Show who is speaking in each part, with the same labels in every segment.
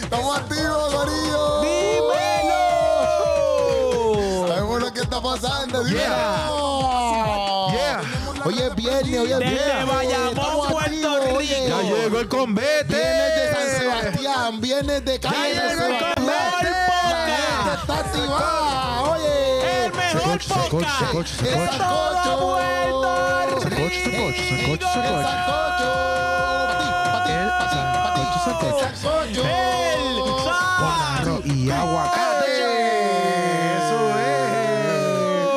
Speaker 1: Estamos activos, Corillo. Sabemos lo que está pasando. Dime.
Speaker 2: Yeah. Yeah.
Speaker 1: Hoy es viernes, hoy es
Speaker 3: Desde
Speaker 1: viernes.
Speaker 3: Bayamón,
Speaker 1: Estamos
Speaker 3: Puerto
Speaker 1: activos, oye.
Speaker 3: Rico.
Speaker 2: Ya llegó el convete.
Speaker 1: Vienes de San Sebastián, vienes de calle.
Speaker 2: llegó el
Speaker 1: Sebastián.
Speaker 2: convete.
Speaker 1: La gente está activada, oye.
Speaker 3: El mejor
Speaker 2: coche, se coche, se
Speaker 3: podcast
Speaker 2: coche, se
Speaker 3: de
Speaker 2: coche.
Speaker 3: todo Puerto
Speaker 2: Se coche, se coche, se
Speaker 3: Rico.
Speaker 2: coche, se
Speaker 1: El
Speaker 2: coche.
Speaker 1: sancocho. Pa' ti, pa' ti, pa' ti, pa' ti.
Speaker 2: El
Speaker 1: sancocho.
Speaker 3: El
Speaker 2: Con arroz y aguacate. Eso es.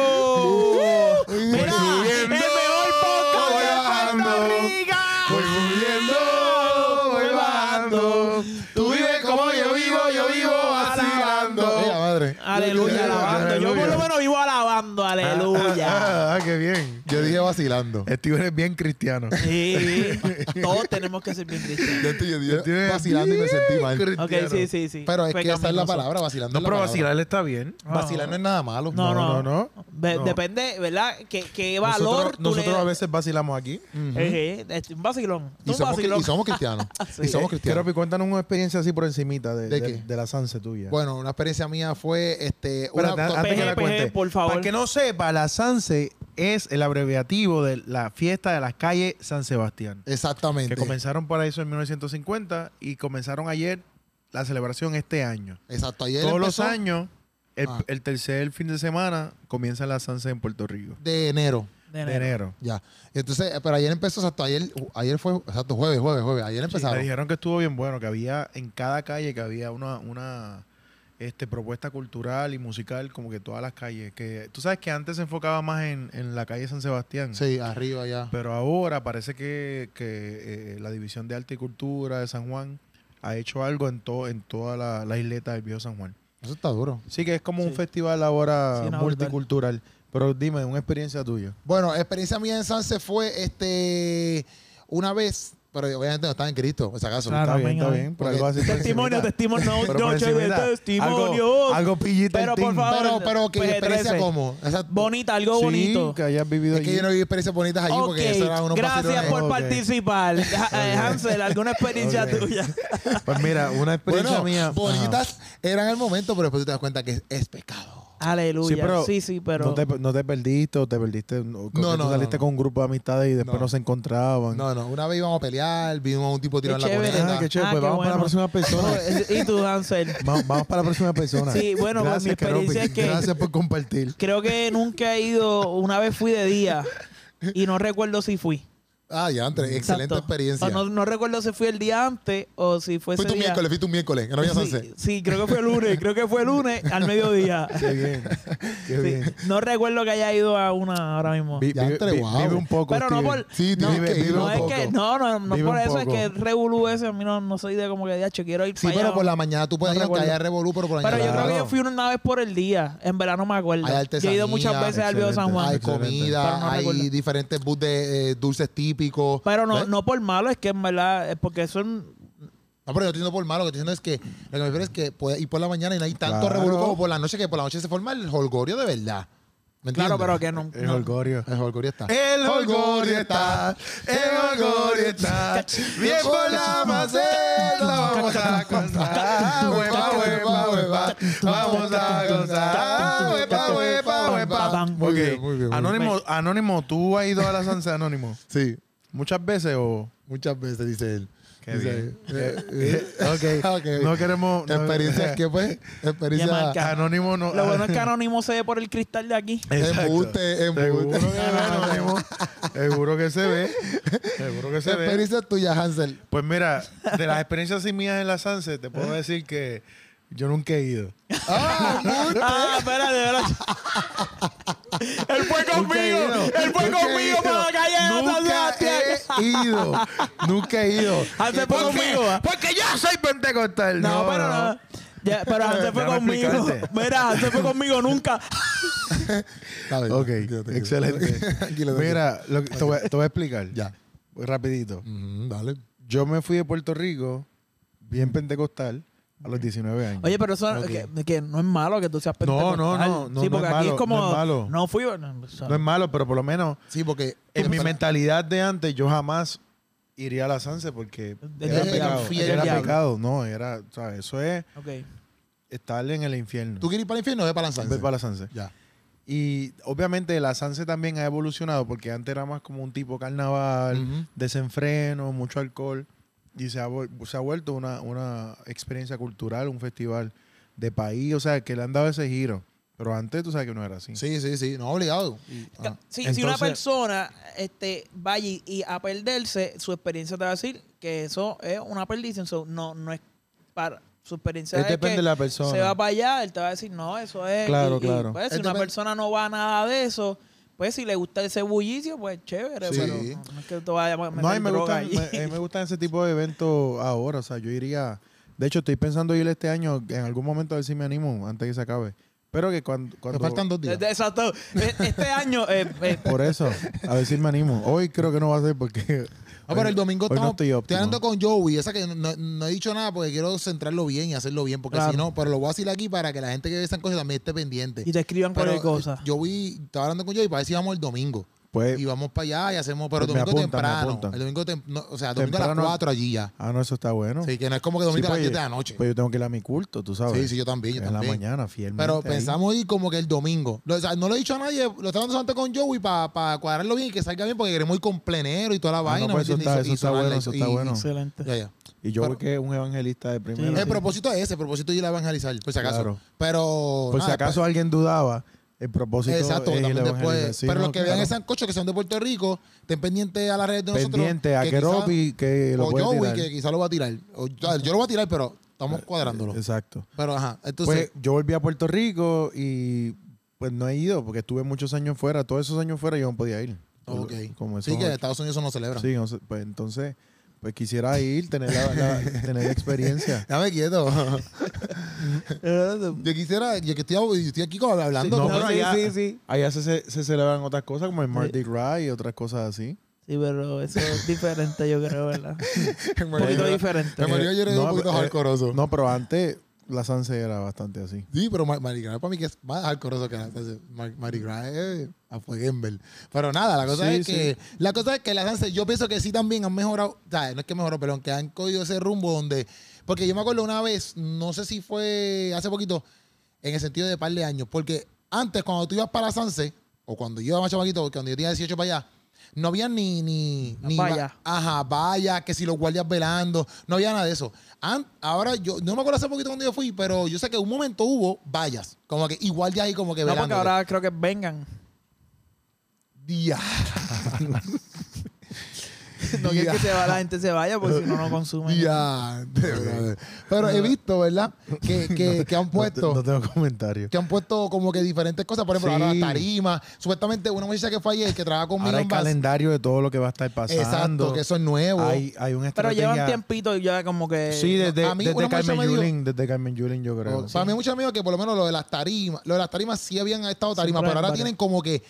Speaker 3: sábado. Mira, el
Speaker 2: Subiendo,
Speaker 3: mejor podcast de
Speaker 2: bajando.
Speaker 3: Puerto Rico.
Speaker 2: Voy subiendo, voy bajando. Tú vives como yo vivo, yo vivo
Speaker 1: Mira,
Speaker 2: vacilando.
Speaker 1: madre.
Speaker 3: Aleluya, alabando. Yo por lo menos vivo alabando, aleluya.
Speaker 2: Ah, qué bien.
Speaker 1: Yo dije vacilando.
Speaker 2: Steven es bien cristiano.
Speaker 3: Sí, todos tenemos que ser bien cristianos.
Speaker 1: Yo estoy- yo dije
Speaker 2: Steven es
Speaker 1: vacilando y me sentí
Speaker 2: bien
Speaker 1: mal.
Speaker 3: Ok,
Speaker 2: cristiano.
Speaker 3: sí, sí, sí.
Speaker 1: Pero es que esa es la
Speaker 3: Pecaminoso.
Speaker 1: palabra, vacilando.
Speaker 2: No,
Speaker 1: es la
Speaker 2: pero
Speaker 1: palabra.
Speaker 2: vacilar está bien.
Speaker 1: Vacilar no es nada malo.
Speaker 3: No, no,
Speaker 2: No, no, no.
Speaker 3: Ve-
Speaker 2: No.
Speaker 3: Depende, ¿verdad? ¿Qué, qué
Speaker 2: Nosotros-
Speaker 3: valor tú
Speaker 2: nosotros
Speaker 3: le
Speaker 2: a veces vacilamos aquí.
Speaker 3: Ejé, este, un vacilón.
Speaker 1: Y
Speaker 3: un
Speaker 1: somos,
Speaker 3: vacilón.
Speaker 1: y somos cristianos.
Speaker 3: Sí.
Speaker 1: Y somos
Speaker 2: Quiero
Speaker 1: cristianos.
Speaker 2: que Eh, cuéntanos una experiencia así por encimita de,
Speaker 1: ¿De
Speaker 2: de,
Speaker 1: qué?
Speaker 2: de la Sanse tuya.
Speaker 1: Bueno, una experiencia mía fue este, una
Speaker 2: Espérate,
Speaker 1: auto-
Speaker 2: antes que
Speaker 3: PG,
Speaker 2: la
Speaker 3: PG,
Speaker 2: cuente.
Speaker 3: por favor.
Speaker 2: Para que no sepa, la Sanse es el abreviativo de la fiesta de las calles San Sebastián.
Speaker 1: Exactamente.
Speaker 2: Que comenzaron para eso en 1950 y comenzaron ayer la celebración este año.
Speaker 1: Exacto. Ayer
Speaker 2: Todos los
Speaker 1: empezó
Speaker 2: años, el,
Speaker 1: Ah.
Speaker 2: el tercer fin de semana, comienza la Sanse en Puerto Rico.
Speaker 1: de enero.
Speaker 3: De
Speaker 2: De
Speaker 3: enero.
Speaker 2: enero.
Speaker 1: Ya. Y entonces, eh, pero ayer empezó, exacto. Ayer, ayer fue, exacto, jueves, jueves, jueves. Ayer
Speaker 2: Me
Speaker 1: empezaron.
Speaker 2: dijeron que estuvo bien bueno, que había en cada calle que había una, una este, propuesta cultural y musical, como que todas las calles. Que, Tú sabes que antes se enfocaba más en, en la calle San Sebastián.
Speaker 1: sí, arriba ya.
Speaker 2: Pero ahora parece que, que, eh, la División de Arte y Cultura de San Juan ha hecho algo en, to- en toda la, la isleta del Viejo San Juan.
Speaker 1: Eso está duro.
Speaker 2: Sí que es como un
Speaker 3: Sí.
Speaker 2: festival ahora
Speaker 3: Sí, no,
Speaker 2: multicultural. Pero dime, una experiencia tuya.
Speaker 1: Bueno, experiencia mía en Sanse fue este una vez, pero obviamente no estaba en Cristo, por si acaso.
Speaker 3: Claro.
Speaker 2: está bien,
Speaker 3: venga,
Speaker 2: está
Speaker 3: ven.
Speaker 2: bien. Por
Speaker 1: Porque-
Speaker 2: algo así.
Speaker 3: Testimonio,
Speaker 1: Encimita.
Speaker 3: testimonio, no,
Speaker 2: Pero por
Speaker 3: noche de
Speaker 2: encimita,
Speaker 3: testimonio.
Speaker 2: Algo, algo pillita
Speaker 3: Pero,
Speaker 2: el
Speaker 3: por
Speaker 2: team.
Speaker 3: favor.
Speaker 1: Pero, pero que
Speaker 3: Pues,
Speaker 1: experiencia
Speaker 3: trece.
Speaker 1: como. Exacto.
Speaker 3: Bonita, algo
Speaker 2: Sí,
Speaker 3: bonito.
Speaker 2: que hayas vivido
Speaker 1: Es que
Speaker 2: allí.
Speaker 1: yo no vi experiencias bonitas allí porque
Speaker 3: Ok,
Speaker 1: eso era unos
Speaker 3: Gracias
Speaker 1: vacilones.
Speaker 3: por
Speaker 2: Ok.
Speaker 3: participar. Ja- eh, Hansel, ¿alguna experiencia
Speaker 2: Ok.
Speaker 3: tuya?
Speaker 2: Pues mira, una experiencia
Speaker 1: Bueno,
Speaker 2: mía. Ajá.
Speaker 1: bonitas eran el momento, pero después tú te das cuenta que es, es pecado.
Speaker 3: Aleluya. Sí, sí, pero.
Speaker 2: No te, no te perdiste o te perdiste. No,
Speaker 1: No, no,
Speaker 2: no.
Speaker 1: no,
Speaker 2: Saliste
Speaker 1: no.
Speaker 2: con un grupo de amistades y después
Speaker 1: No.
Speaker 2: no, se encontraban.
Speaker 1: No, no, una vez íbamos a pelear, vimos a un tipo tirado en la
Speaker 3: chévere.
Speaker 1: boleta.
Speaker 2: Ah, qué chévere.
Speaker 3: Ah,
Speaker 2: pues
Speaker 3: qué
Speaker 2: vamos para la
Speaker 3: bueno.
Speaker 2: próxima persona.
Speaker 3: y tú, Hansel.
Speaker 2: vamos, vamos para la próxima persona.
Speaker 3: Sí, bueno, pues, mi
Speaker 2: Keropi.
Speaker 3: experiencia es que-
Speaker 2: Gracias por compartir.
Speaker 3: Creo que nunca he ido. Una vez fui de día y no recuerdo si fui.
Speaker 1: Ah, ya, entre, excelente
Speaker 3: Exacto.
Speaker 1: experiencia.
Speaker 3: O No, no recuerdo si fui el día antes o si fue
Speaker 1: Fui
Speaker 3: ese
Speaker 1: tu
Speaker 3: día.
Speaker 1: miércoles, fui tu miércoles, que no había
Speaker 3: sí,
Speaker 1: Sanse.
Speaker 3: sí, creo que fue el lunes. creo que fue el lunes al mediodía.
Speaker 2: Qué bien. Qué
Speaker 3: Sí,
Speaker 2: bien.
Speaker 3: No recuerdo que haya ido a una ahora mismo.
Speaker 2: Vi-
Speaker 1: Ya
Speaker 2: vive-
Speaker 1: entre,
Speaker 2: vi-
Speaker 1: wow.
Speaker 2: vive un poco.
Speaker 3: Pero no
Speaker 2: Steven.
Speaker 3: por-
Speaker 1: Sí,
Speaker 3: No,
Speaker 1: tienes que ir
Speaker 3: No,
Speaker 1: un
Speaker 3: es
Speaker 1: poco.
Speaker 3: que, no, no, no
Speaker 2: Vive
Speaker 3: por
Speaker 2: un
Speaker 3: eso es
Speaker 2: poco.
Speaker 3: que el revolú ese a mí no, no soy de como que de hecho quiero ir
Speaker 1: Sí,
Speaker 3: para
Speaker 1: pero
Speaker 3: allá".
Speaker 1: por la mañana tú puedes
Speaker 3: No
Speaker 1: ir aunque
Speaker 3: recuerdo.
Speaker 1: haya revolú, pero por la
Speaker 3: Pero yo
Speaker 1: mañana.
Speaker 3: creo que
Speaker 2: Claro.
Speaker 3: yo fui una vez por el día. En verano me acuerdo.
Speaker 1: Hay
Speaker 3: Yo he ido muchas
Speaker 1: artesanía,
Speaker 3: veces al Viejo San
Speaker 2: excelente.
Speaker 3: Juan.
Speaker 1: Hay
Speaker 2: Excelente.
Speaker 1: comida,
Speaker 3: Pero no
Speaker 1: hay
Speaker 3: recuerdo.
Speaker 1: diferentes bus de eh, dulces típicos.
Speaker 3: Pero no,
Speaker 1: ¿Ves?
Speaker 3: no por malo, es que en verdad, es porque eso es-
Speaker 1: No, pero yo estoy diciendo por malo, lo que estoy diciendo es que lo que me refiero es que puede ir por la mañana y no hay tanto
Speaker 2: Claro.
Speaker 1: revolú como por la noche, que por la noche se forma el holgorio de verdad. ¿Me entiendes?
Speaker 3: Claro, pero que no. Eh,
Speaker 2: El
Speaker 3: no.
Speaker 2: Holgorio.
Speaker 1: El holgorio está.
Speaker 2: El Holgorio está, el Holgorio está, bien por la maceta, vamos a
Speaker 1: Pues, ah,
Speaker 2: contar, hueva, hueva, hueva, vamos a contar, hueva,
Speaker 1: Ah,
Speaker 2: hueva, hueva.
Speaker 1: Muy bien, muy bien. muy bien.
Speaker 2: Anónimo, Anónimo, ¿tú has ido a la Sanse Anónimo?
Speaker 1: Sí,
Speaker 2: ¿Muchas veces o...?
Speaker 1: muchas veces dice él.
Speaker 2: Qué
Speaker 1: Dice,
Speaker 2: bien.
Speaker 1: eh, eh,
Speaker 2: Ok, no queremos... no-
Speaker 1: Experiencias que pues,
Speaker 3: Ya marca.
Speaker 1: experiencias.
Speaker 2: Anónimo no...
Speaker 3: Lo bueno es que Anónimo se ve por el cristal de aquí.
Speaker 2: Exacto.
Speaker 1: Embuste,
Speaker 2: Seguro
Speaker 1: embuste.
Speaker 2: que ve, Anónimo, seguro que se ve, seguro que se ve.
Speaker 1: Experiencias tuyas, Hansel.
Speaker 2: Pues mira, de las experiencias así mías en la Sanse, te puedo decir que yo nunca he ido.
Speaker 3: Ah, espérate, espérate. Él fue conmigo.
Speaker 2: ido,
Speaker 3: Él fue
Speaker 2: nunca he
Speaker 3: conmigo
Speaker 2: ido,
Speaker 3: por la calle de San
Speaker 2: Nunca
Speaker 3: Sebastián.
Speaker 2: he ido. Nunca he ido.
Speaker 3: Hansel fue
Speaker 2: ¿Por qué?
Speaker 3: conmigo, ¿ah?
Speaker 2: Porque yo soy pentecostal.
Speaker 3: No, pero no. Ya, pero Hansel fue
Speaker 2: Ya me
Speaker 3: conmigo.
Speaker 2: explicaste.
Speaker 3: Mira, Hansel fue conmigo nunca.
Speaker 1: Está bien.
Speaker 2: Ok,
Speaker 1: Quédate, quédate.
Speaker 2: excelente.
Speaker 1: Tranquilo, tranquilo.
Speaker 2: Mira, lo que- te, voy, a- te voy a explicar.
Speaker 1: Ya.
Speaker 2: Rapidito.
Speaker 1: Ujú, dale.
Speaker 2: Yo me fui de Puerto Rico, bien pentecostal, a los 19 años.
Speaker 3: Oye, pero eso
Speaker 1: Ok.
Speaker 3: que, que no es malo que tú seas
Speaker 2: No,
Speaker 3: pentecostal.
Speaker 2: no, no, no,
Speaker 3: Sí,
Speaker 2: no
Speaker 3: porque
Speaker 2: es
Speaker 3: aquí
Speaker 2: malo,
Speaker 3: es como.
Speaker 2: no es malo.
Speaker 3: no fui. no, o sea,
Speaker 2: no es malo, pero por lo menos
Speaker 1: Sí, porque.
Speaker 2: en mi
Speaker 1: Espera.
Speaker 2: mentalidad de antes yo jamás iría a la Sanse porque
Speaker 3: Del
Speaker 2: era
Speaker 1: diablo.
Speaker 2: pecado.
Speaker 1: Fiel
Speaker 2: Era
Speaker 3: diablo.
Speaker 2: pecado, no, era, o sea, eso es
Speaker 3: Ok.
Speaker 2: estar en el infierno.
Speaker 1: ¿Tú quieres ir para el infierno o ve para la
Speaker 2: Ve para la Sanse.
Speaker 1: Ya.
Speaker 2: Y obviamente la Sanse también ha evolucionado porque antes era más como un tipo carnaval,
Speaker 1: Ujú.
Speaker 2: desenfreno, mucho alcohol. Y se ha, vuel- se ha vuelto una, una experiencia cultural, un festival de país, o sea, que le han dado ese giro. Pero antes tú sabes que no era así.
Speaker 1: Sí, sí, sí. No, obligado.
Speaker 3: Ca-
Speaker 1: Ah.
Speaker 3: si, si
Speaker 2: Entonces-
Speaker 3: una persona este, va allí y a perderse, su experiencia te va a decir que eso es una perdición. so, no, no es para su experiencia.
Speaker 2: Es
Speaker 3: es
Speaker 2: depende
Speaker 3: que
Speaker 2: de la persona.
Speaker 3: Se va para allá, él te va a decir, no, eso es.
Speaker 2: Claro,
Speaker 3: y- y,
Speaker 2: claro.
Speaker 3: pues, si
Speaker 1: Es
Speaker 3: una
Speaker 1: depen-
Speaker 3: persona no va a nada de eso, pues si le gusta ese bullicio, pues chévere,
Speaker 1: Sí.
Speaker 3: pero no, no es que te vaya a meter
Speaker 2: No, a mí me
Speaker 3: droga
Speaker 2: gustan,
Speaker 3: allí.
Speaker 2: me, eh, a mí me gustan ese tipo de eventos ahora. O sea, yo iría. De hecho, estoy pensando ir este año, en algún momento a ver si me animo antes que se acabe. Pero que cuando.
Speaker 1: Te
Speaker 2: cuando
Speaker 1: faltan dos días.
Speaker 3: Exacto. E- Este año, eh, eh,
Speaker 2: Por eso, a ver si me animo. Hoy creo que no va a ser porque.
Speaker 1: Ah, pero el domingo
Speaker 2: hoy no
Speaker 1: estamos
Speaker 2: estoy óptimo.
Speaker 1: hablando con Joey. Esa que no, no he dicho nada porque quiero centrarlo bien y hacerlo bien. Porque
Speaker 3: Claro.
Speaker 1: si no, pero lo voy a decir aquí para que la gente que ve esa cosa también esté pendiente.
Speaker 3: y te escriban
Speaker 1: Pero
Speaker 3: cualquier
Speaker 2: eh,
Speaker 3: cosa.
Speaker 1: Joey, estaba hablando con Joey para ver si vamos el domingo.
Speaker 2: Pues.
Speaker 1: y vamos para allá y hacemos, pero
Speaker 2: Pues me
Speaker 1: domingo
Speaker 2: apuntan, me
Speaker 1: temprano.
Speaker 2: apuntan.
Speaker 1: El domingo, tem- no, o sea, domingo a las
Speaker 2: Temprano.
Speaker 1: 4 allí ya.
Speaker 2: Ah, no, eso está bueno.
Speaker 1: Sí, que no es como que
Speaker 2: Sí,
Speaker 1: domingo a las
Speaker 2: pues,
Speaker 1: 7 de la noche.
Speaker 2: Pues yo tengo que ir a mi culto, tú sabes.
Speaker 1: sí, sí, yo también, yo
Speaker 2: en
Speaker 1: también.
Speaker 2: la mañana, fielmente.
Speaker 1: pero
Speaker 2: ahí.
Speaker 1: pensamos ir como que el domingo. Lo- o sea, no lo he dicho a nadie, lo estamos hablando antes con Joey para cuadrarlo bien y que salga bien porque queremos ir con plenero y toda la
Speaker 2: no,
Speaker 1: vaina.
Speaker 2: pues
Speaker 1: ¿me
Speaker 2: eso
Speaker 1: entiendes?
Speaker 2: está-
Speaker 1: Y-
Speaker 2: eso
Speaker 1: y
Speaker 2: está
Speaker 1: sonarla,
Speaker 2: bueno,
Speaker 1: y-
Speaker 2: eso
Speaker 1: y-
Speaker 2: está bueno.
Speaker 3: Excelente.
Speaker 1: ya, ya.
Speaker 2: Y yo
Speaker 1: pero- Eh,
Speaker 2: voy que es un evangelista de primera.
Speaker 3: Sí,
Speaker 1: El propósito es ese, el propósito es ir a evangelizar, por si acaso.
Speaker 2: Claro.
Speaker 1: Pero.
Speaker 2: Por si
Speaker 1: nada,
Speaker 2: acaso alguien dudaba, el propósito
Speaker 1: Exacto,
Speaker 2: es
Speaker 1: también
Speaker 2: el
Speaker 1: después.
Speaker 2: evangelista. Sí,
Speaker 1: pero
Speaker 2: no,
Speaker 1: los que vean
Speaker 2: claro.
Speaker 1: el sancocho que son de Puerto Rico, estén pendientes a las redes de nosotros.
Speaker 2: pendiente a
Speaker 1: que
Speaker 2: que
Speaker 1: quizá-
Speaker 2: Robbie que lo
Speaker 1: o
Speaker 2: puede
Speaker 1: Joey,
Speaker 2: tirar. Eh,
Speaker 1: que quizá lo va a tirar. O- yo yo lo voy a tirar, pero estamos cuadrándolo.
Speaker 2: Exacto.
Speaker 1: Pero ajá, entonces.
Speaker 2: pues yo volví a Puerto Rico y pues no he ido porque estuve muchos años fuera. Todos esos años fuera yo no podía ir.
Speaker 1: ok.
Speaker 2: Pues, Como esos
Speaker 1: sí, que en
Speaker 2: ocho.
Speaker 1: Estados Unidos eso no celebra.
Speaker 2: Sí, no sé, pues entonces pues quisiera ir, tener la, la- tener la experiencia.
Speaker 1: Dame quieto. yo quisiera, yo que estoy, yo estoy aquí como hablando.
Speaker 2: Eh, No,
Speaker 1: ¿no?
Speaker 2: pero
Speaker 3: sí,
Speaker 2: allá,
Speaker 3: sí, sí.
Speaker 2: allá se, se- se celebran otras cosas como el Mardi Gras y otras cosas así.
Speaker 3: Sí, pero eso es diferente, yo creo, ¿verdad?
Speaker 1: me
Speaker 3: Un poquito
Speaker 1: murió,
Speaker 3: diferente.
Speaker 1: me murió, yo era
Speaker 2: No,
Speaker 1: un poquito
Speaker 2: eh,
Speaker 1: hardcoreoso.
Speaker 2: No, pero antes la Sanse era bastante así.
Speaker 1: Sí, pero Mar- Mardi Gras para mí que es más alcoholoso que la Mar Mardi Gras es a fuego Gamble. Pero nada, la cosa
Speaker 2: Sí,
Speaker 1: es que la cosa es que las danzas, yo pienso que sí también han mejorado, o sea, no es que mejoró, pero que han cogido ese rumbo donde porque yo me acuerdo una vez, no sé si fue hace poquito en el sentido de par de años, porque antes cuando tú ibas para la Sanse o cuando yo iba más chamaquito, porque cuando yo tenía 18 para allá no había ni ni,
Speaker 3: Las
Speaker 1: ni
Speaker 3: vallas.
Speaker 1: ajá, vaya, que si los guardias velando, no había nada de eso. An- ahora yo no me acuerdo hace poquito cuando yo fui, pero yo sé que un momento hubo vallas, como que igual de ahí como que
Speaker 3: No, porque
Speaker 1: velando.
Speaker 3: ahora creo que vengan.
Speaker 1: Dia-
Speaker 3: No
Speaker 1: Dia-
Speaker 3: quiero que se va, la gente se vaya porque si no, no consume.
Speaker 1: dia- brother. Pero he visto, ¿verdad? Que, que, que han puesto
Speaker 2: No, te- no tengo comentarios.
Speaker 1: que han puesto como que diferentes cosas, por ejemplo,
Speaker 2: Sí.
Speaker 1: ahora las tarimas, supuestamente una muchacha que fue ayer que trabaja conmigo
Speaker 2: Ahora hay
Speaker 1: en Bass-
Speaker 2: calendario de todo lo que va a estar pasando.
Speaker 1: Exacto, que eso es nuevo.
Speaker 2: Hay, hay una
Speaker 3: Pero
Speaker 2: estrategia.
Speaker 3: llevan tiempito y ya como que...
Speaker 2: Sí, desde,
Speaker 1: a mí
Speaker 2: desde
Speaker 1: una muchacha
Speaker 2: Carmen
Speaker 1: me dijo- Oh,
Speaker 2: Yulín, desde Carmen Yulín yo creo.
Speaker 1: Para mí, hay muchos amigos que por lo menos lo de las tarimas, lo de las tarimas sí habían estado tarimas,
Speaker 3: Siempre
Speaker 1: pero ahora
Speaker 3: hay varias.
Speaker 1: tienen como que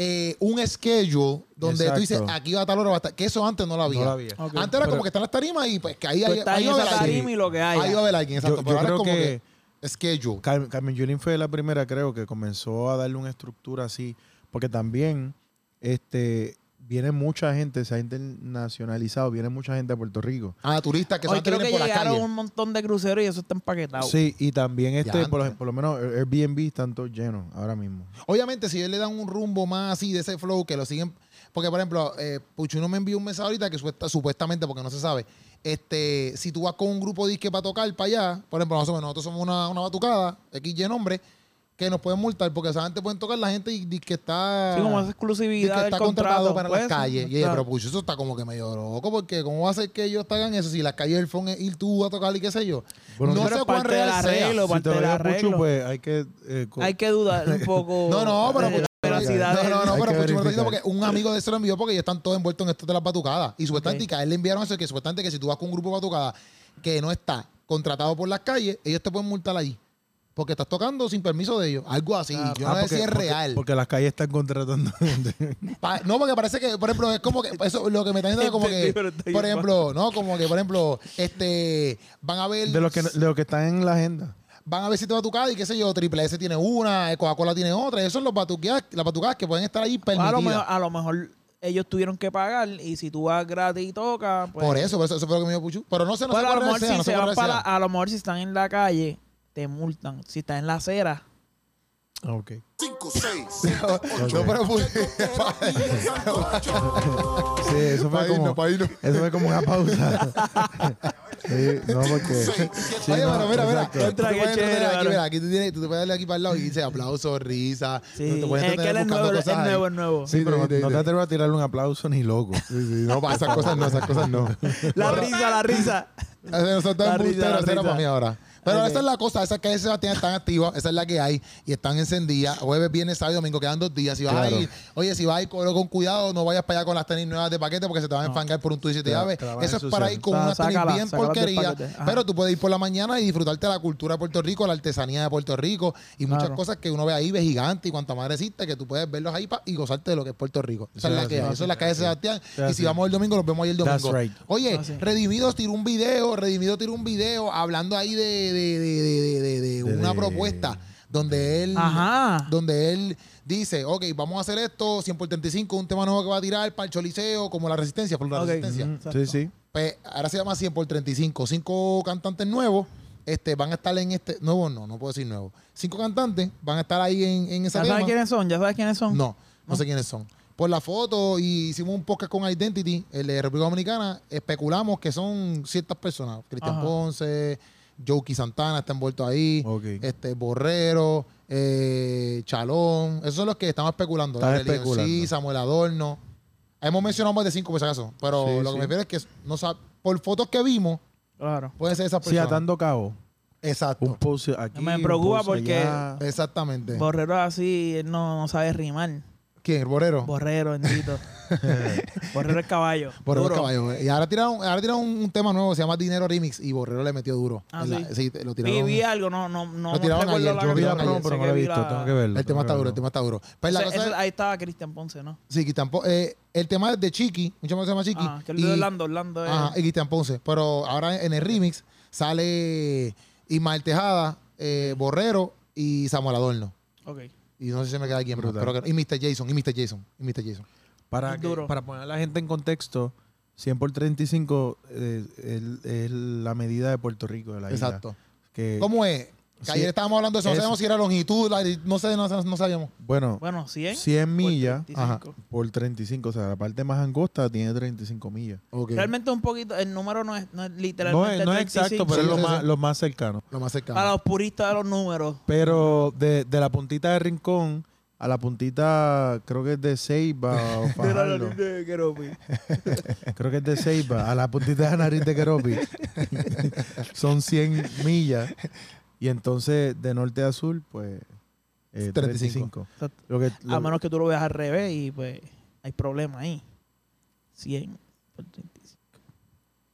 Speaker 1: eh, un schedule donde tú dices
Speaker 2: Exacto.
Speaker 1: aquí va a tal hora, va a estar- que eso antes no lo había.
Speaker 2: No lo había.
Speaker 3: Ok.
Speaker 1: Antes era
Speaker 2: Pero-
Speaker 1: como que están las tarimas y pues que ahí
Speaker 3: Tú
Speaker 1: hay
Speaker 3: estás
Speaker 1: ahí
Speaker 3: en
Speaker 1: va a
Speaker 3: esa
Speaker 1: haber alguien.
Speaker 3: tarima y lo que haya.
Speaker 1: Ahí va a haber alguien, exacto.
Speaker 2: Yo-
Speaker 1: pero
Speaker 2: yo
Speaker 1: ahora es
Speaker 2: creo
Speaker 1: como que,
Speaker 2: que-
Speaker 1: schedule.
Speaker 2: Car- Carmen Yulín fue la primera, creo, que comenzó a darle una estructura así. Porque también este, viene mucha gente, se ha internacionalizado, viene mucha gente a Puerto Rico.
Speaker 1: Ah, turistas que
Speaker 3: Hoy
Speaker 1: solamente
Speaker 3: creo que
Speaker 1: vienen por las
Speaker 3: llegaron
Speaker 1: calles.
Speaker 3: un montón de cruceros y eso está empaquetado.
Speaker 2: Sí, y también este,
Speaker 1: Diantre.
Speaker 2: por, lo- por lo menos Airbnb están todos llenos ahora mismo.
Speaker 1: Obviamente, si él le dan un rumbo más así de ese flow que lo siguen. Porque, por ejemplo, eh, Puchuno me envió un mensaje ahorita que supuesta- supuestamente, porque no se sabe, este, si tú vas con un grupo de disque para tocar para allá, por ejemplo, nosotros, nosotros somos una, una batucada, XY nombre, que nos pueden multar porque esa gente pueden tocar la gente y disque está.
Speaker 3: Sí, como esa
Speaker 1: disque
Speaker 3: exclusividad del
Speaker 1: ah. está
Speaker 3: contrato.
Speaker 1: contratado para
Speaker 3: pues,
Speaker 1: las calles. Y ella,
Speaker 3: claro.
Speaker 1: pero Pucho, eso está como que medio loco, porque ¿cómo va a ser que ellos te hagan eso si las calles del fondo es ir tú a tocar y qué sé yo?
Speaker 2: Bueno,
Speaker 1: no
Speaker 2: pero
Speaker 1: sé
Speaker 3: es
Speaker 1: cuán
Speaker 3: parte del
Speaker 1: real sea.
Speaker 3: arreglo,
Speaker 2: si
Speaker 3: parte
Speaker 2: te lo
Speaker 3: del
Speaker 2: digo Puchu,
Speaker 3: arreglo.
Speaker 2: pues hay que... eh, co-
Speaker 3: Hay que dudar un poco.
Speaker 1: No, no, pero
Speaker 3: de
Speaker 1: porque-
Speaker 3: la veracidad
Speaker 1: No,
Speaker 3: del-
Speaker 1: no, no,
Speaker 2: Hay
Speaker 1: pero
Speaker 2: que
Speaker 1: Pucho me lo está diciendo
Speaker 2: verificar.
Speaker 1: porque un amigo de eso lo envió porque ellos están todos envueltos en esto de las batucadas. Y supuestamente que a él le enviaron eso, que supuestamente que si tú vas con un grupo de batucadas que no está contratado por las calles, ellos te pueden multar allí. Porque estás tocando sin permiso de ellos. Algo así.
Speaker 3: Claro.
Speaker 1: Yo
Speaker 2: Ah,
Speaker 1: no sé si es
Speaker 2: porque-
Speaker 1: real.
Speaker 2: Porque las calles están contratando gente.
Speaker 1: Pa- no, porque parece que, por ejemplo, es como que eso lo que me están diciendo es como
Speaker 3: Entendí,
Speaker 1: que,
Speaker 3: pero está bien
Speaker 1: por ejemplo, no, como que, por ejemplo, este, van a ver,
Speaker 2: de los que, de los que están en la agenda.
Speaker 1: van a ver si te batucada y qué sé yo, Triple S tiene una, Coca-Cola tiene otra, esos son los batuqueadas, las batucadas que pueden estar allí
Speaker 3: a, lo mejor,
Speaker 1: permitidas.
Speaker 3: a lo mejor ellos tuvieron que pagar y si tú vas gratis y tocas, pues...
Speaker 1: por eso, por eso, eso fue lo que me dio Puchu. Pero no sé, no sé
Speaker 3: Pero a
Speaker 1: cuál
Speaker 3: lo mejor
Speaker 1: sea,
Speaker 3: si
Speaker 1: no sé
Speaker 3: se
Speaker 1: cuál
Speaker 3: van
Speaker 1: real
Speaker 3: para...
Speaker 1: sea.
Speaker 3: A lo mejor si están en la calle, te multan. Si estás en la acera...
Speaker 2: Ah, ok.
Speaker 4: 5, 6, 7,
Speaker 1: No,
Speaker 4: 8,
Speaker 1: pero Puchu-
Speaker 2: Sí, eso fue
Speaker 1: Pa' irnos,
Speaker 2: como.
Speaker 1: pa' irnos.
Speaker 2: Eso fue como una pausa. sí, no, porque. Sí,
Speaker 1: Oye,
Speaker 2: no,
Speaker 1: pero mira, mira.
Speaker 2: exacto.
Speaker 1: tú te
Speaker 3: Entra, qué
Speaker 1: puedes entretener
Speaker 3: chévere,
Speaker 1: aquí,
Speaker 3: mano.
Speaker 1: mira, aquí tú tienes- tú te puedes darle aquí para el lado y dice aplausos, risa.
Speaker 3: Sí,
Speaker 1: Tú te puedes
Speaker 3: es que
Speaker 1: entretener
Speaker 3: él es
Speaker 1: buscando
Speaker 3: nuevo, es
Speaker 1: cosas ahí.
Speaker 3: nuevo, es nuevo.
Speaker 2: Sí, pero no,
Speaker 1: Sí, sí,
Speaker 2: no
Speaker 1: sí.
Speaker 2: te atrevo a tirarle un aplauso ni loco.
Speaker 1: Sí, sí, no, pa- esas cosas no, esas cosas no.
Speaker 3: La risa, la risa.
Speaker 1: Ese no son tan
Speaker 3: La risa,
Speaker 1: embusteros,
Speaker 3: la
Speaker 1: ese era
Speaker 3: risa.
Speaker 1: para mí ahora. Pero
Speaker 3: Ok.
Speaker 1: esa es la cosa, esas calles Sebastián están activas, esa es la que hay y están encendidas. Jueves, viernes, sábado y domingo quedan dos días. Si vas
Speaker 2: Claro.
Speaker 1: a ir, oye, si vas a ir, cógelo con cuidado, no vayas para allá con las tenis nuevas de paquete porque se te van a enfangar por un tuyo y siete
Speaker 2: Tra-
Speaker 1: llaves.
Speaker 2: trabaja
Speaker 1: Eso
Speaker 2: en
Speaker 1: es
Speaker 2: su
Speaker 1: para
Speaker 2: ser.
Speaker 1: ir con
Speaker 3: Ah,
Speaker 1: unas tenis
Speaker 3: sácala,
Speaker 1: bien
Speaker 3: sácalas del
Speaker 1: porquería.
Speaker 3: paquete. Ajá.
Speaker 1: Pero tú puedes ir por la mañana y disfrutarte de la cultura de Puerto Rico, la artesanía de Puerto Rico y muchas
Speaker 3: Claro.
Speaker 1: cosas que uno ve ahí, ve gigante y cuanta madre existe, que tú puedes verlos ahí pa- y gozarte de lo que es Puerto Rico. Esa
Speaker 2: Sí,
Speaker 1: es la
Speaker 2: así,
Speaker 1: que hay.
Speaker 2: así,
Speaker 1: Eso es la calle Sebastián. Y
Speaker 2: Así.
Speaker 1: si vamos el domingo, nos vemos ahí el
Speaker 2: That's
Speaker 1: domingo.
Speaker 2: right.
Speaker 1: Oye,
Speaker 3: Ah, sí.
Speaker 1: Redimidos tiró un video, Redimido tiró un video hablando ahí de, de- de- de- de- de- de
Speaker 2: De-
Speaker 1: una
Speaker 2: de-
Speaker 1: propuesta donde él
Speaker 3: Ajá.
Speaker 1: donde él dice, ok, vamos a hacer esto, 100 por 35, un tema nuevo que va a tirar para el Choliseo, como la resistencia, por la
Speaker 3: Ok.
Speaker 1: resistencia.
Speaker 2: Mm,
Speaker 3: Exacto.
Speaker 2: Sí, sí.
Speaker 1: Pues, ahora se llama 100 por 35, cinco cantantes nuevos. Este, van a estar en este, nuevo no, no puedo decir nuevo. Cinco cantantes van a estar ahí en, en esa
Speaker 3: ¿Ya sabes
Speaker 1: tema.
Speaker 3: quiénes son? ¿Ya sabes quiénes son?
Speaker 1: No, no sé quiénes son. Por la foto y hicimos un podcast con Identity, el de República Dominicana, especulamos que son ciertas personas. Cristian
Speaker 3: Ajá.
Speaker 1: Ponce, Jokey Santana está envuelto ahí,
Speaker 2: Ok.
Speaker 1: este Borrero, eh, Chalón. Esos son los que estamos especulando.
Speaker 2: Están
Speaker 1: Gabriel Leoncil,
Speaker 2: especulando.
Speaker 1: Samuel Adorno. Hemos mencionado más de cinco, por si acaso. Pero
Speaker 2: Sí,
Speaker 1: lo que
Speaker 2: sí.
Speaker 1: me refiero es que no sab- por fotos que vimos,
Speaker 3: Claro.
Speaker 1: pueden ser esas
Speaker 2: Sí,
Speaker 1: personas.
Speaker 2: atando cabo.
Speaker 1: Exacto.
Speaker 2: Un pose aquí.
Speaker 3: Me
Speaker 2: un
Speaker 3: preocupa
Speaker 2: pose
Speaker 3: porque-
Speaker 2: allá.
Speaker 1: este. Exactamente.
Speaker 3: Borrero así, él no, no sabe rimar.
Speaker 1: ¿Quién? ¿Borrero?
Speaker 3: Borrero, bendito. Borrero es caballo.
Speaker 1: Borrero
Speaker 3: Duro.
Speaker 1: el caballo. eh. Y ahora tiraron, ahora tiraron un tema nuevo, se llama Dinero Remix, y Borrero le metió duro.
Speaker 3: Ah,
Speaker 1: En la-
Speaker 3: sí.
Speaker 1: te- lo
Speaker 3: Vi,
Speaker 1: tiraron.
Speaker 3: vi algo, no, no, no.
Speaker 1: Lo tiraron
Speaker 3: recuerdo
Speaker 1: ayer, yo
Speaker 2: Yo vi
Speaker 1: vi
Speaker 2: la
Speaker 1: ayer,
Speaker 2: promo,
Speaker 3: canción,
Speaker 2: pero
Speaker 3: sé
Speaker 2: no la he
Speaker 3: que vi
Speaker 2: visto.
Speaker 3: la-
Speaker 2: Tengo que verlo.
Speaker 1: el tema está duro, el tema está duro. Pues la
Speaker 3: Ese-
Speaker 1: cosa
Speaker 3: ese-
Speaker 1: es-
Speaker 3: ahí estaba Cristian Ponce, ¿no?
Speaker 1: sí, Cristian Po- eh, el tema es de Chiqui, un chamo que se llama Chiqui.
Speaker 3: Ah, que el de
Speaker 1: y-
Speaker 3: Orlando, Orlando es.
Speaker 1: ajá, y Cristian Ponce. Pero ahora en el remix sale Ismael Tejada, eh, Borrero y Samuel Adorno.
Speaker 3: Ok.
Speaker 1: Y no sé si se me queda alguien, más,
Speaker 2: Brutal.
Speaker 1: pero creo que- y Mr. Jason, y Mr. Jason, y Mr. Jason.
Speaker 2: Para,
Speaker 3: Es
Speaker 2: que-
Speaker 3: duro.
Speaker 2: para poner a la gente en contexto, 100 por 35 eh, el- es la medida de Puerto Rico, de la isla.
Speaker 1: Exacto.
Speaker 2: Que,
Speaker 1: ¿Cómo es? Que
Speaker 2: Sí.
Speaker 1: ayer estábamos hablando de eso, no
Speaker 2: Es-
Speaker 1: sabemos si era longitud, la- no sé, no, no sabíamos.
Speaker 2: Bueno,
Speaker 3: Bueno, ¿eh? 100.
Speaker 2: 100 millas
Speaker 3: por
Speaker 1: ajá.
Speaker 3: 35.
Speaker 2: por 35, o sea, la parte más angosta tiene 35 millas.
Speaker 3: Realmente un poquito, el número no es, no es
Speaker 2: No
Speaker 3: literalmente
Speaker 2: es, no es
Speaker 3: 35.
Speaker 2: exacto, pues, pero
Speaker 1: Sí,
Speaker 2: es lo
Speaker 1: sí,
Speaker 2: más,
Speaker 1: sí.
Speaker 2: lo más cercano.
Speaker 1: Lo más cercano.
Speaker 3: Para los puristas de los números.
Speaker 2: Pero de, de la puntita de Rincón a la puntita, creo que es de Ceiba o
Speaker 3: Mira la
Speaker 2: Fajardo.
Speaker 3: línea de Keropi.
Speaker 2: Creo que es de Ceiba, a la puntita de la nariz de Keropi. Son 100 millas. Y entonces, de norte a sur, pues. eh,
Speaker 1: 35.
Speaker 2: 35.
Speaker 3: Exacto.
Speaker 2: Lo que, lo-
Speaker 3: A menos que tú lo veas al revés y pues hay problema ahí. 100 por 35.